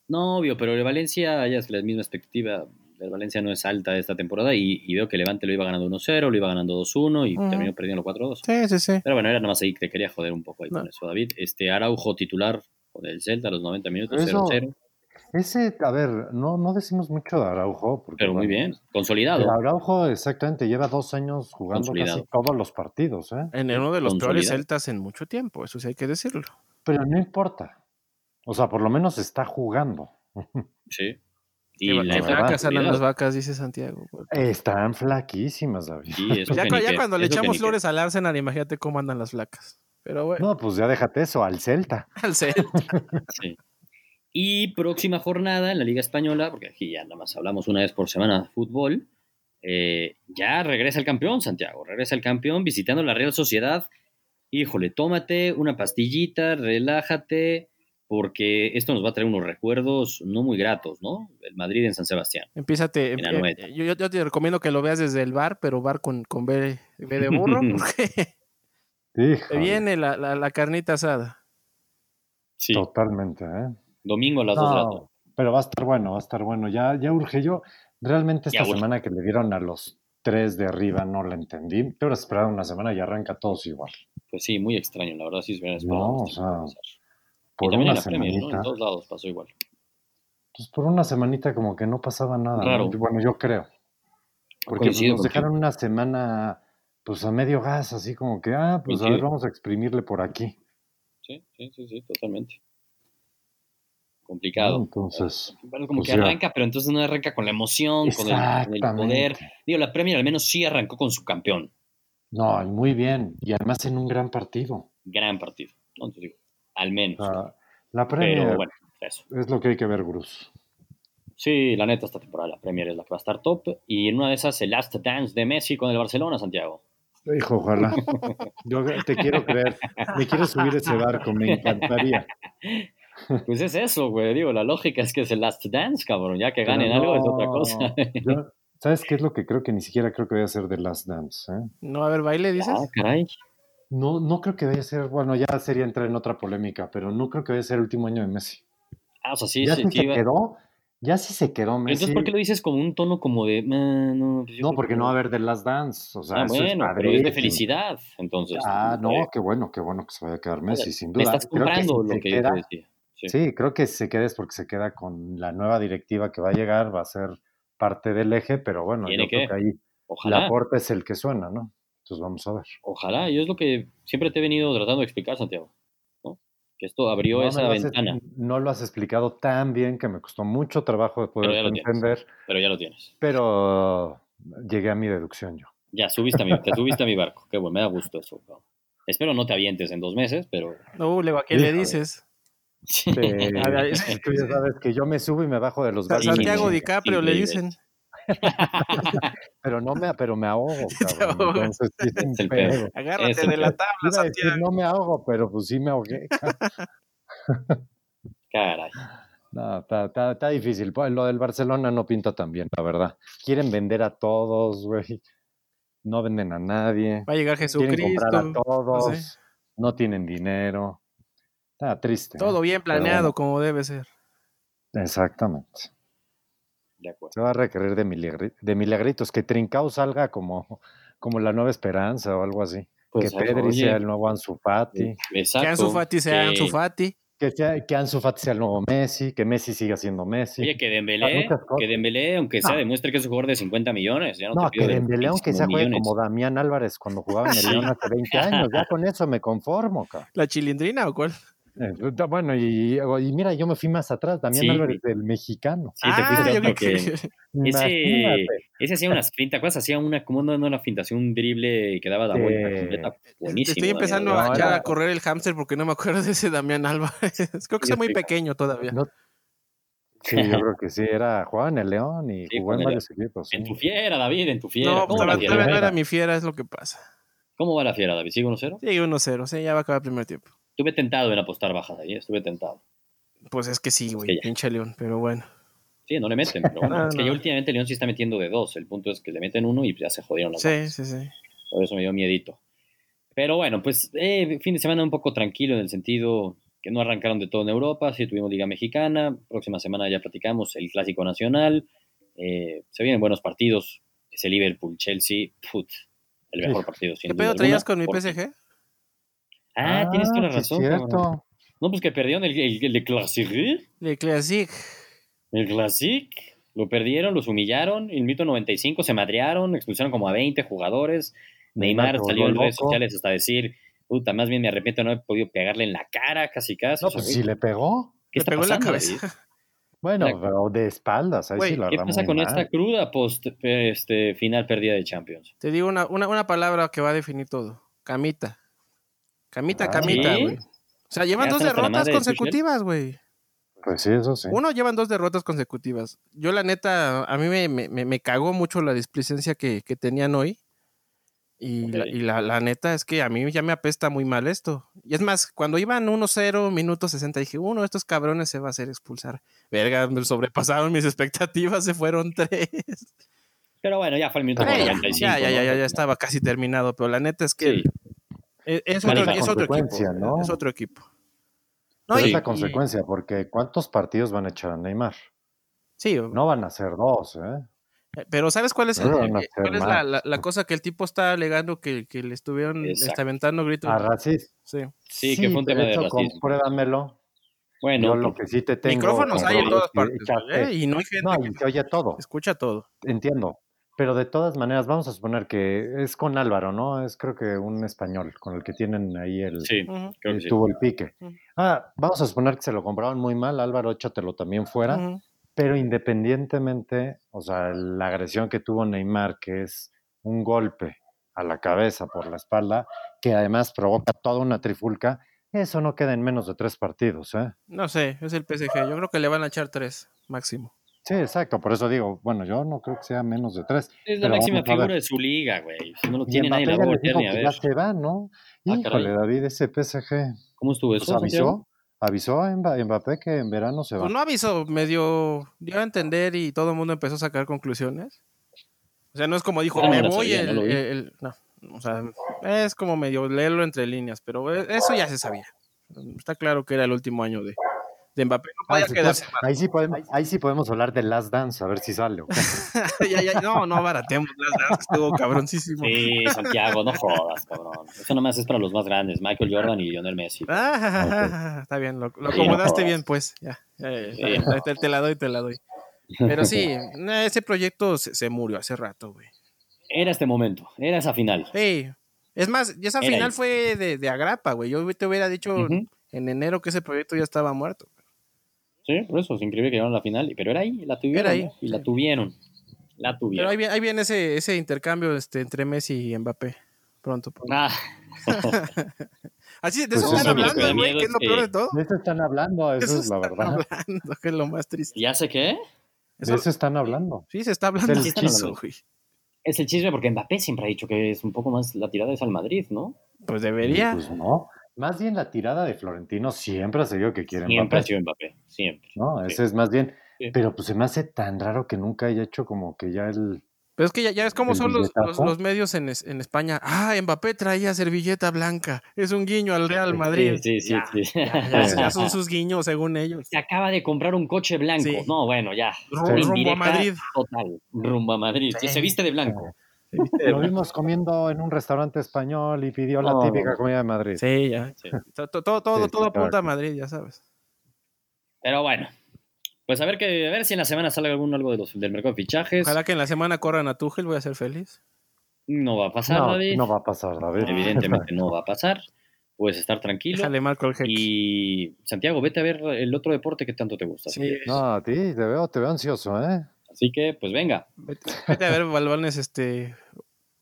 Speaker 1: No, obvio, pero el Valencia, ya es la misma expectativa del Valencia no es alta esta temporada y, y veo que Levante lo iba ganando 1-0, lo iba ganando 2-1 y
Speaker 2: Ujú.
Speaker 1: terminó perdiendo 4-2.
Speaker 2: Sí, sí, sí.
Speaker 1: Pero bueno, era nada más ahí que te quería joder un poco ahí
Speaker 2: No.
Speaker 1: con eso, David. Este Araujo titular con el Celta a los 90 minutos,
Speaker 3: Eso-
Speaker 1: 0-0,
Speaker 3: Ese, a ver, no, no decimos mucho de Araujo. Porque,
Speaker 1: pero muy
Speaker 3: bueno,
Speaker 1: bien, consolidado.
Speaker 3: El Araujo, exactamente, lleva dos años jugando casi
Speaker 1: Consolidado.
Speaker 3: todos los partidos, ¿eh?
Speaker 2: En uno de los peores
Speaker 1: Consolidado.
Speaker 2: celtas en mucho tiempo, eso sí hay que decirlo.
Speaker 3: Pero no importa. O sea, por lo menos está jugando.
Speaker 1: Sí.
Speaker 2: Que
Speaker 1: Y
Speaker 2: va-
Speaker 1: la
Speaker 2: que
Speaker 3: verdad,
Speaker 2: fracasan a las
Speaker 1: consolidado.
Speaker 2: vacas, dice Santiago. güey.
Speaker 3: Eh,
Speaker 2: Pues
Speaker 3: Están flaquísimas, David.
Speaker 1: Sí, eso
Speaker 2: Ya,
Speaker 1: que
Speaker 2: cu-
Speaker 1: ni
Speaker 2: ya
Speaker 1: qué,
Speaker 2: cuando le
Speaker 1: eso que ni
Speaker 2: echamos
Speaker 1: qué.
Speaker 2: flores al Arsenal, imagínate cómo andan las flacas. Pero bueno,
Speaker 3: No, pues ya déjate eso, al Celta.
Speaker 2: al ser.
Speaker 1: Sí. Y próxima jornada en la Liga Española, porque aquí ya nada más hablamos una vez por semana de fútbol, eh, ya regresa el campeón, Santiago, regresa el campeón visitando la Real Sociedad híjole, tómate una pastillita, relájate, porque esto nos va a traer unos recuerdos no muy gratos, ¿no? El Madrid en San Sebastián.
Speaker 2: Empiezate.
Speaker 1: En
Speaker 2: em-
Speaker 1: Anoeta.
Speaker 2: eh, yo, yo te recomiendo que lo veas desde el bar, pero bar con, con B, B de burro, porque te
Speaker 3: Híjole,
Speaker 2: viene la, la- la carnita asada.
Speaker 1: Sí,
Speaker 3: Totalmente, ¿eh?
Speaker 1: domingo a las 2 de la tarde.
Speaker 3: No, pero va a estar bueno, va a estar bueno. Ya, ya urge yo. Realmente
Speaker 1: Ya
Speaker 3: esta
Speaker 1: urge.
Speaker 3: semana que le dieron a los tres de arriba no la entendí. Pero esperar una semana y arranca todos igual.
Speaker 1: Pues sí, muy extraño, la verdad, sí, es verdad.
Speaker 3: No, o sea, Por
Speaker 1: y también
Speaker 3: una
Speaker 1: en la Premier, ¿no?
Speaker 3: semanita.
Speaker 1: En todos lados pasó igual.
Speaker 3: Pues por una semanita como que no pasaba nada. ¿no?
Speaker 1: Raro.
Speaker 3: Yo- Bueno, yo creo. Porque pues,
Speaker 1: Coincido
Speaker 3: nos
Speaker 1: contigo.
Speaker 3: dejaron una semana pues a medio gas, así como que, ah, pues a
Speaker 1: Coincido.
Speaker 3: ver, vamos a exprimirle por aquí.
Speaker 1: Sí, sí, sí, sí, totalmente. Complicado.
Speaker 3: Entonces,
Speaker 1: Bueno, como
Speaker 3: pues
Speaker 1: que
Speaker 3: ya.
Speaker 1: arranca, pero entonces no arranca con la emoción, con el- con el, poder.
Speaker 3: exactamente.
Speaker 1: Digo, la Premier al menos sí arrancó con su campeón.
Speaker 3: No, y muy bien. Y además en un gran partido.
Speaker 1: Gran partido. ¿no? Entonces digo, al menos.
Speaker 3: O sea, la Ah, Premier
Speaker 1: pero bueno, eso.
Speaker 3: es lo que hay que ver, Bruce.
Speaker 1: Sí, la neta, esta temporada la Premier es la que va a estar top. Y en una de esas, el Last Dance de Messi con el Barcelona, Santiago.
Speaker 3: Hijo, ojalá. Yo te quiero creer. Me quiero subir a ese barco, me encantaría.
Speaker 1: Pues es eso, güey. Digo, la lógica es que es el Last Dance, cabrón. Ya que
Speaker 3: Pero
Speaker 1: ganen algo es
Speaker 3: no,
Speaker 1: otra cosa.
Speaker 3: yo- ¿Sabes qué es lo que creo que ni siquiera creo que voy a hacer de Last Dance? eh?
Speaker 2: No, a ver, baile, dices.
Speaker 1: Ah, caray.
Speaker 3: No, no creo que vaya a ser, bueno, ya sería entrar en otra polémica, pero no creo que vaya a ser el último año de Messi.
Speaker 1: Ah, o sea, sí,
Speaker 3: ya
Speaker 1: sí,
Speaker 3: si
Speaker 1: sí.
Speaker 3: se
Speaker 1: va-
Speaker 3: quedó, ya si se quedó
Speaker 1: Pero
Speaker 3: Messi.
Speaker 1: Entonces, ¿por qué lo dices como un tono como de... "Ah, no, pues yo
Speaker 3: No,
Speaker 1: creo
Speaker 3: porque
Speaker 1: que
Speaker 3: no va a haber de Last Dance. O sea,
Speaker 1: Ah,
Speaker 3: eso
Speaker 1: bueno, pero es de
Speaker 3: padrísimo.
Speaker 1: felicidad, entonces.
Speaker 3: Ah, no,
Speaker 1: Eh,
Speaker 3: qué bueno, qué bueno que se vaya a quedar Messi, sin
Speaker 1: Me
Speaker 3: duda.
Speaker 1: estás
Speaker 3: Creo que si
Speaker 1: comprando
Speaker 3: se
Speaker 1: lo que pues, eh yo
Speaker 3: queda-
Speaker 1: te decía. Sí.
Speaker 3: Sí, creo que si se queda es porque se queda con la nueva directiva que va a llegar, va a ser parte del eje, pero bueno,
Speaker 1: Tiene
Speaker 3: yo creo
Speaker 1: que.
Speaker 3: que ahí la
Speaker 1: Ojalá,
Speaker 3: puerta es el que suena, ¿no? Entonces vamos a ver.
Speaker 1: ojalá. Yo es lo que siempre te he venido tratando de explicar, Santiago. ¿no? Que esto abrió
Speaker 3: No me
Speaker 1: esa
Speaker 3: lo has-
Speaker 1: ventana,
Speaker 3: no lo has explicado tan bien que me costó mucho trabajo de poder
Speaker 1: ya lo tienes.
Speaker 3: entender,
Speaker 1: pero ya lo tienes.
Speaker 3: pero llegué a mi deducción yo.
Speaker 1: Ya, subiste a mi, te subiste a mi barco. Qué bueno, me da gusto eso. cabrón. Espero no te avientes en dos meses, pero...
Speaker 2: No, luego, ¿a qué le
Speaker 3: Híjole.
Speaker 2: dices?
Speaker 1: Sí.
Speaker 2: A ver, es-
Speaker 3: Tú ya sabes que yo me subo y me bajo de los
Speaker 2: Sa-
Speaker 3: barcos,
Speaker 2: Santiago
Speaker 1: sí,
Speaker 2: DiCaprio
Speaker 1: sí,
Speaker 2: le
Speaker 1: sí,
Speaker 2: dicen.
Speaker 3: pero no me, pero me ahogo, cabrón.
Speaker 2: ahogas.
Speaker 3: Entonces, sí, es un
Speaker 1: Es el
Speaker 3: pedo.
Speaker 1: pedo.
Speaker 2: Agárrate
Speaker 1: Eso,
Speaker 2: de la
Speaker 1: pero-
Speaker 2: tabla,
Speaker 3: Iba a decir,
Speaker 2: Ah, Santiago.
Speaker 3: no me ahogo, pero pues sí me ahogué.
Speaker 1: Caray.
Speaker 3: No, está, está- está difícil. Pues, Lo del Barcelona no pinta tan bien, la verdad. Quieren vender a todos, güey. No venden a nadie.
Speaker 2: Va a llegar
Speaker 3: Quieren comprar a
Speaker 2: Jesucristo.
Speaker 3: todos. No,
Speaker 2: no sé.
Speaker 3: tienen dinero. Está triste. ¿eh?
Speaker 2: Todo bien
Speaker 3: Pero
Speaker 2: planeado, como debe ser.
Speaker 3: Exactamente.
Speaker 1: De acuerdo.
Speaker 3: Se va a requerir de, milagri- de milagritos. Que Trincao salga como, como la nueva esperanza o algo así.
Speaker 1: Pues,
Speaker 3: que Pedri
Speaker 1: oye, eh,
Speaker 3: sea el nuevo Ansu Fati.
Speaker 2: Que
Speaker 1: Exacto.
Speaker 2: Ansu Fati sea
Speaker 1: que-
Speaker 2: Ansu Fati.
Speaker 3: Que, sea, que Ansu Fati sea el nuevo Messi. Que Messi siga siendo Messi.
Speaker 1: Oye, que Dembélé,
Speaker 3: Ah, muchas cosas.
Speaker 1: que Dembélé, aunque sea,
Speaker 3: No.
Speaker 1: demuestre que es un jugador de 50 millones. Ya no,
Speaker 3: No,
Speaker 1: te pido
Speaker 3: que
Speaker 1: de
Speaker 3: Dembélé, aunque
Speaker 1: 25
Speaker 3: sea juegue
Speaker 1: millones.
Speaker 3: como Damián Álvarez cuando jugaba en el
Speaker 1: Sí.
Speaker 3: León hace 20 años, ya con eso me conformo, cabrón.
Speaker 2: ¿La chilindrina o cuál?
Speaker 3: Eh, da- Bueno, y, y mira, yo me fui más atrás, Damián
Speaker 1: Sí.
Speaker 3: Álvarez del mexicano.
Speaker 1: Sí, te fuiste a
Speaker 2: Ah, yo
Speaker 1: otro
Speaker 2: creo que-
Speaker 1: Ese,
Speaker 3: Ah, Imagínate.
Speaker 1: ese hacía unas fintas, ¿cuál Hacía una, como no, no una finta, hacía un drible que daba la
Speaker 3: Sí.
Speaker 1: vuelta completa. Buenísimo. ¿eh?
Speaker 2: Estoy empezando
Speaker 1: Damián
Speaker 2: a,
Speaker 3: Álvarez.
Speaker 2: ya
Speaker 1: Álvarez.
Speaker 2: a correr el hámster porque no me acuerdo de ese Damián Álvarez. Creo que
Speaker 1: Sí,
Speaker 2: está muy
Speaker 1: sí.
Speaker 2: pequeño todavía.
Speaker 3: No- Sí, yo creo que sí, era, jugaba en el León y
Speaker 1: Sí,
Speaker 3: jugó en
Speaker 1: con el
Speaker 3: varios equipos. sí.
Speaker 1: En tu fiera, David, en tu fiera.
Speaker 2: No,
Speaker 1: ¿Cómo, va
Speaker 2: todavía
Speaker 1: la
Speaker 3: pues,
Speaker 1: fiera?
Speaker 2: todavía no
Speaker 3: Fiera?
Speaker 2: era mi fiera, es lo que pasa.
Speaker 1: ¿Cómo va la fiera, David? ¿Sigue 1-0?
Speaker 2: Sí, 1-0, sí, ya va a acabar el primer tiempo.
Speaker 1: Estuve tentado en apostar bajas ahí, estuve tentado.
Speaker 2: Pues es que sí,
Speaker 1: que
Speaker 2: güey,
Speaker 1: ya.
Speaker 2: pinche León, pero bueno.
Speaker 1: Sí, no le meten, pero bueno,
Speaker 2: No,
Speaker 1: es que
Speaker 2: Ah, no.
Speaker 1: ya últimamente León sí está metiendo de dos. El punto es que le meten uno y ya se jodieron las
Speaker 2: Sí, sí, sí.
Speaker 1: Por eso me dio miedito. Pero bueno, pues eh, fin de semana un poco tranquilo en el sentido que no arrancaron de todo en Europa, sí tuvimos Liga Mexicana, próxima semana ya platicamos el Clásico Nacional, eh, se vienen buenos partidos, ese Liverpool-Chelsea, put, el mejor
Speaker 3: Hijo.
Speaker 1: partido sin
Speaker 2: ¿Qué
Speaker 1: duda
Speaker 2: pedo traías
Speaker 1: alguna,
Speaker 2: con mi
Speaker 1: porque-
Speaker 2: PSG?
Speaker 1: Ah, tienes toda la
Speaker 3: sí,
Speaker 1: razón.
Speaker 3: cierto.
Speaker 1: cabrón. No, pues que perdieron el, el, el Classique,
Speaker 2: Le Classic.
Speaker 1: el Classique, lo perdieron, los humillaron, el mito 95 se madrearon, expulsaron como a 20 jugadores, Neymar
Speaker 3: se
Speaker 1: salió
Speaker 3: volvió
Speaker 1: en redes
Speaker 3: loco.
Speaker 1: sociales hasta decir, puta, más bien me arrepiento de no he podido pegarle en la cara, casi casi.
Speaker 3: No,
Speaker 1: O sea,
Speaker 3: pues
Speaker 1: güey,
Speaker 3: sí le pegó.
Speaker 1: ¿Qué
Speaker 2: Le
Speaker 1: está
Speaker 2: pegó en la
Speaker 1: pasando,
Speaker 2: cabeza.
Speaker 1: David?
Speaker 3: Bueno,
Speaker 1: Mira,
Speaker 3: pero de espaldas, ahí
Speaker 2: güey,
Speaker 3: sí la
Speaker 1: ¿Qué
Speaker 3: verdad,
Speaker 1: pasa
Speaker 3: muy
Speaker 1: con
Speaker 3: mal.
Speaker 1: esta cruda post este, final pérdida de Champions?
Speaker 2: Te digo una, una, una palabra que va a definir todo. Camita. Camita,
Speaker 3: Ah,
Speaker 2: camita,
Speaker 1: ¿sí?
Speaker 2: güey. O sea, llevan
Speaker 1: Ya
Speaker 2: dos
Speaker 1: están hasta la
Speaker 2: derrotas
Speaker 1: madre de Tuchel.
Speaker 2: consecutivas, güey.
Speaker 3: Pues sí, eso sí.
Speaker 2: Uno, llevan dos derrotas consecutivas. Yo, la neta, a mí me, me- me- me cagó mucho la displicencia que, que tenían hoy. Y, la, y la, la neta es que a mí ya me apesta muy mal esto. Y es más, cuando iban 1-0, minuto 60, dije, uno de estos cabrones se va a hacer expulsar. Verga, me sobrepasaron mis expectativas, se fueron tres.
Speaker 1: Pero bueno, ya fue el minuto
Speaker 2: Ah, ya,
Speaker 1: 45.
Speaker 2: ya, ya,
Speaker 1: ¿no?
Speaker 2: ya, ya, ya estaba casi terminado, pero la neta es que
Speaker 1: Sí.
Speaker 2: es, es
Speaker 1: Maneja
Speaker 2: otro, es otro
Speaker 3: consecuencia,
Speaker 2: equipo.
Speaker 3: ¿no?
Speaker 2: Es otro equipo. No,
Speaker 3: Pero
Speaker 2: y-
Speaker 3: es la
Speaker 2: y-
Speaker 3: consecuencia, porque ¿cuántos partidos van a echar a Neymar?
Speaker 2: sí,
Speaker 3: No van a ser dos, ¿eh?
Speaker 2: Eh, Pero ¿sabes cuál es,
Speaker 3: No,
Speaker 2: el-
Speaker 3: no, no,
Speaker 2: eh, cuál es
Speaker 3: no.
Speaker 2: la, la- la cosa que el tipo está alegando que, que le estuvieron
Speaker 1: Exacto.
Speaker 2: este, aventando gritos?
Speaker 3: A racismo.
Speaker 2: Sí.
Speaker 1: Sí, que fue un tema de
Speaker 3: eso
Speaker 1: racismo.
Speaker 3: compruébamelo. Yo
Speaker 1: Bueno,
Speaker 3: lo que sí te tengo.
Speaker 2: Micrófonos hay en
Speaker 1: control,
Speaker 2: todas partes.
Speaker 3: compruébalo, es que echaste-
Speaker 2: ¿eh? Y no hay gente
Speaker 3: No,
Speaker 2: que
Speaker 3: y se oye todo,
Speaker 2: escucha todo.
Speaker 3: entiendo. Pero de todas maneras, vamos a suponer que es con Álvaro, ¿no? Es creo que un español con el que tienen ahí el,
Speaker 1: sí,
Speaker 2: Ujú,
Speaker 1: creo que
Speaker 3: el
Speaker 1: sí.
Speaker 3: tuvo el pique.
Speaker 2: Ujú.
Speaker 3: Ah, vamos a suponer que se lo compraron muy mal, Álvaro, échatelo también fuera.
Speaker 2: ujú.
Speaker 3: Pero independientemente, o sea, la agresión que tuvo Neymar, que es un golpe a la cabeza por la espalda, que además provoca toda una trifulca, eso no queda en menos de tres partidos, ¿eh?
Speaker 2: No sé, es el PSG. Yo creo que le van a echar tres máximo.
Speaker 3: Sí, exacto, por eso digo, bueno, yo no creo que sea menos de tres.
Speaker 1: Es la
Speaker 3: Pero
Speaker 1: máxima
Speaker 3: vamos a ver.
Speaker 1: figura de su liga, güey. Si no lo
Speaker 3: Y
Speaker 1: tiene nadie, la va a
Speaker 3: Mbappé ya
Speaker 1: voltear ni
Speaker 3: les
Speaker 1: a
Speaker 3: dijo que
Speaker 1: ver.
Speaker 3: ya se va, ¿no?
Speaker 1: Ah,
Speaker 3: Híjole,
Speaker 1: caray.
Speaker 3: David, ese PSG.
Speaker 1: ¿Cómo estuvo
Speaker 3: Pues
Speaker 1: eso? Santiago?
Speaker 3: avisó, avisó a Mba- Mbappé que en verano se va.
Speaker 2: Pues no avisó, medio dio a entender y todo el mundo empezó a sacar conclusiones. O sea, no es como dijo,
Speaker 1: Ah, no
Speaker 2: me
Speaker 1: la
Speaker 2: voy
Speaker 1: sabía, no
Speaker 2: el-
Speaker 1: lo vi.
Speaker 2: el- no. O sea, es como medio leerlo entre líneas, pero e- eso ya se sabía. Está claro que era el último año de, de Mbappé. No
Speaker 3: Ah,
Speaker 2: podía
Speaker 3: sí,
Speaker 2: quedarse
Speaker 3: claro. ahí, sí podemos, ahí sí podemos hablar de Last Dance, a ver si sale. ¿o qué?
Speaker 2: Ya, ya, no, no baratemos las dadas, estuvo cabroncísimo.
Speaker 1: Sí, Santiago, no jodas, cabrón. Eso nomás es para los más grandes, Michael Jordan y Lionel Messi.
Speaker 2: Ah, ja, ja, ja, ja, está bien, lo, lo
Speaker 1: Sí,
Speaker 2: acomodaste
Speaker 1: no.
Speaker 2: bien, pues. Ya, ya, ya,
Speaker 1: Sí,
Speaker 2: ya,
Speaker 1: no.
Speaker 2: te, te la doy, te la doy. Pero sí, no, ese proyecto se, se murió hace rato, güey.
Speaker 1: Era este momento, era esa final.
Speaker 2: Sí. Es más, y esa
Speaker 1: Era
Speaker 2: final
Speaker 1: ahí.
Speaker 2: fue de, de agrapa, güey. Yo te hubiera dicho
Speaker 1: Ujú.
Speaker 2: en enero que ese proyecto ya estaba muerto.
Speaker 1: Sí, por eso es increíble que llegaron a la final, pero era ahí, la tuvieron.
Speaker 2: Era ahí,
Speaker 1: ¿no? Y
Speaker 2: sí.
Speaker 1: la tuvieron. La
Speaker 2: Pero ahí
Speaker 1: tuvieron.
Speaker 2: viene, ahí viene ese, ese intercambio este, entre Messi y Mbappé. Pronto, pronto.
Speaker 1: Ah,
Speaker 2: Así, de
Speaker 3: Pues
Speaker 2: eso
Speaker 3: sí,
Speaker 2: están
Speaker 3: sí, lo que
Speaker 2: hablando,
Speaker 1: da
Speaker 2: güey,
Speaker 1: miedo
Speaker 2: que es lo
Speaker 1: es que-
Speaker 2: peor de todo.
Speaker 3: De eso están hablando, eso, es la
Speaker 2: están
Speaker 3: verdad. Pues
Speaker 2: hablando, que es lo más triste.
Speaker 1: ya sé qué.
Speaker 3: De
Speaker 2: Eso-
Speaker 3: eso están hablando.
Speaker 2: Sí, se está hablando
Speaker 3: Del
Speaker 2: de
Speaker 1: chisme.
Speaker 2: eso, güey.
Speaker 1: Es el chisme porque Mbappé siempre ha dicho que es un poco más la tirada es al Madrid, ¿no?
Speaker 2: Pues
Speaker 3: Y
Speaker 2: debería.
Speaker 3: Pues no. Más bien la tirada de Florentino siempre ha seguido que quieren
Speaker 1: Siempre ha sido Mbappé, siempre.
Speaker 3: ¿no?
Speaker 1: Sí.
Speaker 3: Ese es más bien.
Speaker 1: Sí.
Speaker 3: Pero pues se me hace tan raro que nunca haya hecho como que ya el.
Speaker 2: Pero es que ya, ya ves cómo
Speaker 3: El
Speaker 2: son los, los,
Speaker 3: billetazo.
Speaker 2: los medios en, es- en España. Ah, Mbappé traía servilleta blanca. Es un guiño al Real Madrid.
Speaker 1: Sí, sí,
Speaker 2: Ya,
Speaker 1: sí. sí.
Speaker 2: ya- ya son sus guiños, según ellos.
Speaker 1: Se acaba de comprar un coche blanco.
Speaker 2: Sí.
Speaker 1: No, bueno, ya.
Speaker 2: Ru- Rumbo a
Speaker 3: Sí.
Speaker 1: Indirecta
Speaker 2: Madrid.
Speaker 1: Total. Rumbo a Madrid.
Speaker 2: Sí.
Speaker 1: Se viste de blanco.
Speaker 3: Lo vimos comiendo en un restaurante español y pidió la
Speaker 1: No.
Speaker 3: típica comida de Madrid.
Speaker 2: Sí, ya.
Speaker 1: Sí.
Speaker 2: To- to- Todo, todo,
Speaker 3: Sí,
Speaker 2: todo
Speaker 3: claro.
Speaker 2: apunta a Madrid, ya sabes.
Speaker 1: Pero bueno. Pues a ver que, a ver si en la semana sale algún algo de los, del mercado de fichajes.
Speaker 2: Ojalá que en la semana corran a Tuchel, voy a ser feliz.
Speaker 1: No va a pasar,
Speaker 3: No,
Speaker 1: David.
Speaker 3: no va a pasar, David.
Speaker 1: Evidentemente no va a pasar. Puedes estar tranquilo.
Speaker 2: Déjale marco al jeque.
Speaker 1: Y Santiago, vete a ver el otro deporte que tanto te gusta.
Speaker 2: Sí,
Speaker 3: No, a ti te veo, te veo ansioso, ¿eh?
Speaker 1: Así que, pues venga.
Speaker 2: vete, vete a ver Balbanes, este...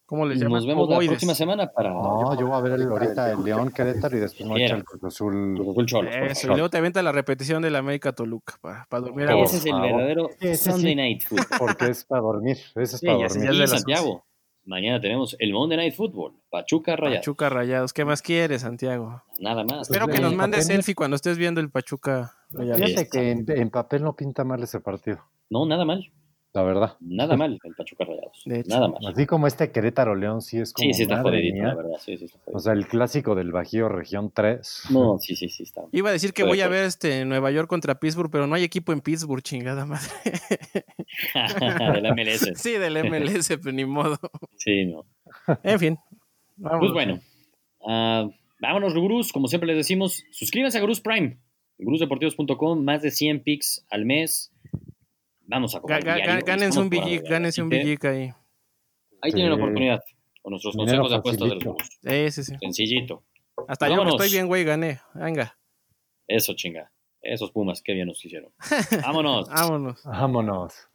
Speaker 2: ¿Cómo le llaman?
Speaker 1: Nos vemos la
Speaker 2: Ovoides.
Speaker 1: próxima semana para
Speaker 3: No, yo voy a ver el- ahorita el León Querétaro y después me voy a echar el Cruz Azul.
Speaker 1: Cruz Azul Cholos, por
Speaker 2: Eso, y
Speaker 1: favor.
Speaker 2: luego te aventa la repetición del América Toluca para, para dormir a
Speaker 3: Por
Speaker 1: Ese es el
Speaker 3: favor.
Speaker 1: verdadero
Speaker 3: Ese sí.
Speaker 1: Sunday Night Football.
Speaker 3: Porque es para dormir, ese es
Speaker 2: Sí,
Speaker 3: para
Speaker 2: ya sé,
Speaker 3: dormir.
Speaker 2: ya sé.
Speaker 1: Y
Speaker 2: de las
Speaker 1: Santiago, mañana tenemos el Monday Night Football, Pachuca Rayados.
Speaker 2: Pachuca Rayados. ¿Qué más quieres, Santiago?
Speaker 1: Nada más.
Speaker 2: Espero
Speaker 3: Pues
Speaker 2: que
Speaker 3: ve,
Speaker 2: nos
Speaker 3: el
Speaker 2: mandes
Speaker 3: papel.
Speaker 2: selfie cuando estés viendo el Pachuca Rayados.
Speaker 3: Fíjate que en, en papel no pinta mal ese partido,
Speaker 1: No, nada mal.
Speaker 3: la verdad.
Speaker 1: Nada mal el Pachuca Rayados.
Speaker 2: De hecho.
Speaker 1: Nada mal.
Speaker 3: Así como este Querétaro León sí es como.
Speaker 1: Sí, sí está
Speaker 3: madre
Speaker 1: jodidito,
Speaker 3: mía.
Speaker 1: la verdad. Sí, sí está
Speaker 3: O
Speaker 2: Pues
Speaker 1: jodido.
Speaker 3: sea, el clásico del Bajío Región 3.
Speaker 1: No, sí, sí, sí está.
Speaker 2: Iba a decir que
Speaker 1: Estoy de
Speaker 2: voy a
Speaker 1: acuerdo.
Speaker 2: ver este Nueva York contra Pittsburgh, pero no hay equipo en Pittsburgh, chingada madre.
Speaker 1: De la MLS.
Speaker 2: Sí, del MLS, pero pues ni modo.
Speaker 1: Sí, no.
Speaker 2: En fin. Vamos.
Speaker 1: Pues bueno. ah, vámonos, Gurús. Como siempre les decimos, suscríbanse a Gurús Prime. Gurúsdeportivos.com, más de 100 pics al mes. Vamos a comer diario, y
Speaker 2: Gánense
Speaker 1: estamos cobrando
Speaker 2: un billic,
Speaker 1: diario.
Speaker 2: gánense un
Speaker 1: Así que
Speaker 2: billic ahí.
Speaker 1: Ahí tienen la
Speaker 3: Sí.
Speaker 1: oportunidad. Con nuestros
Speaker 3: Dinero
Speaker 1: consejos de apuestas de los
Speaker 3: facilito.
Speaker 1: Gurús.
Speaker 2: Eh, sí, sí.
Speaker 1: Sencillito.
Speaker 2: Hasta yo que
Speaker 1: Vámonos.
Speaker 2: estoy bien, güey, gané. Venga,
Speaker 1: Eso, chinga. Esos Pumas, qué bien nos hicieron. Vámonos.
Speaker 2: vámonos.
Speaker 3: Vámonos.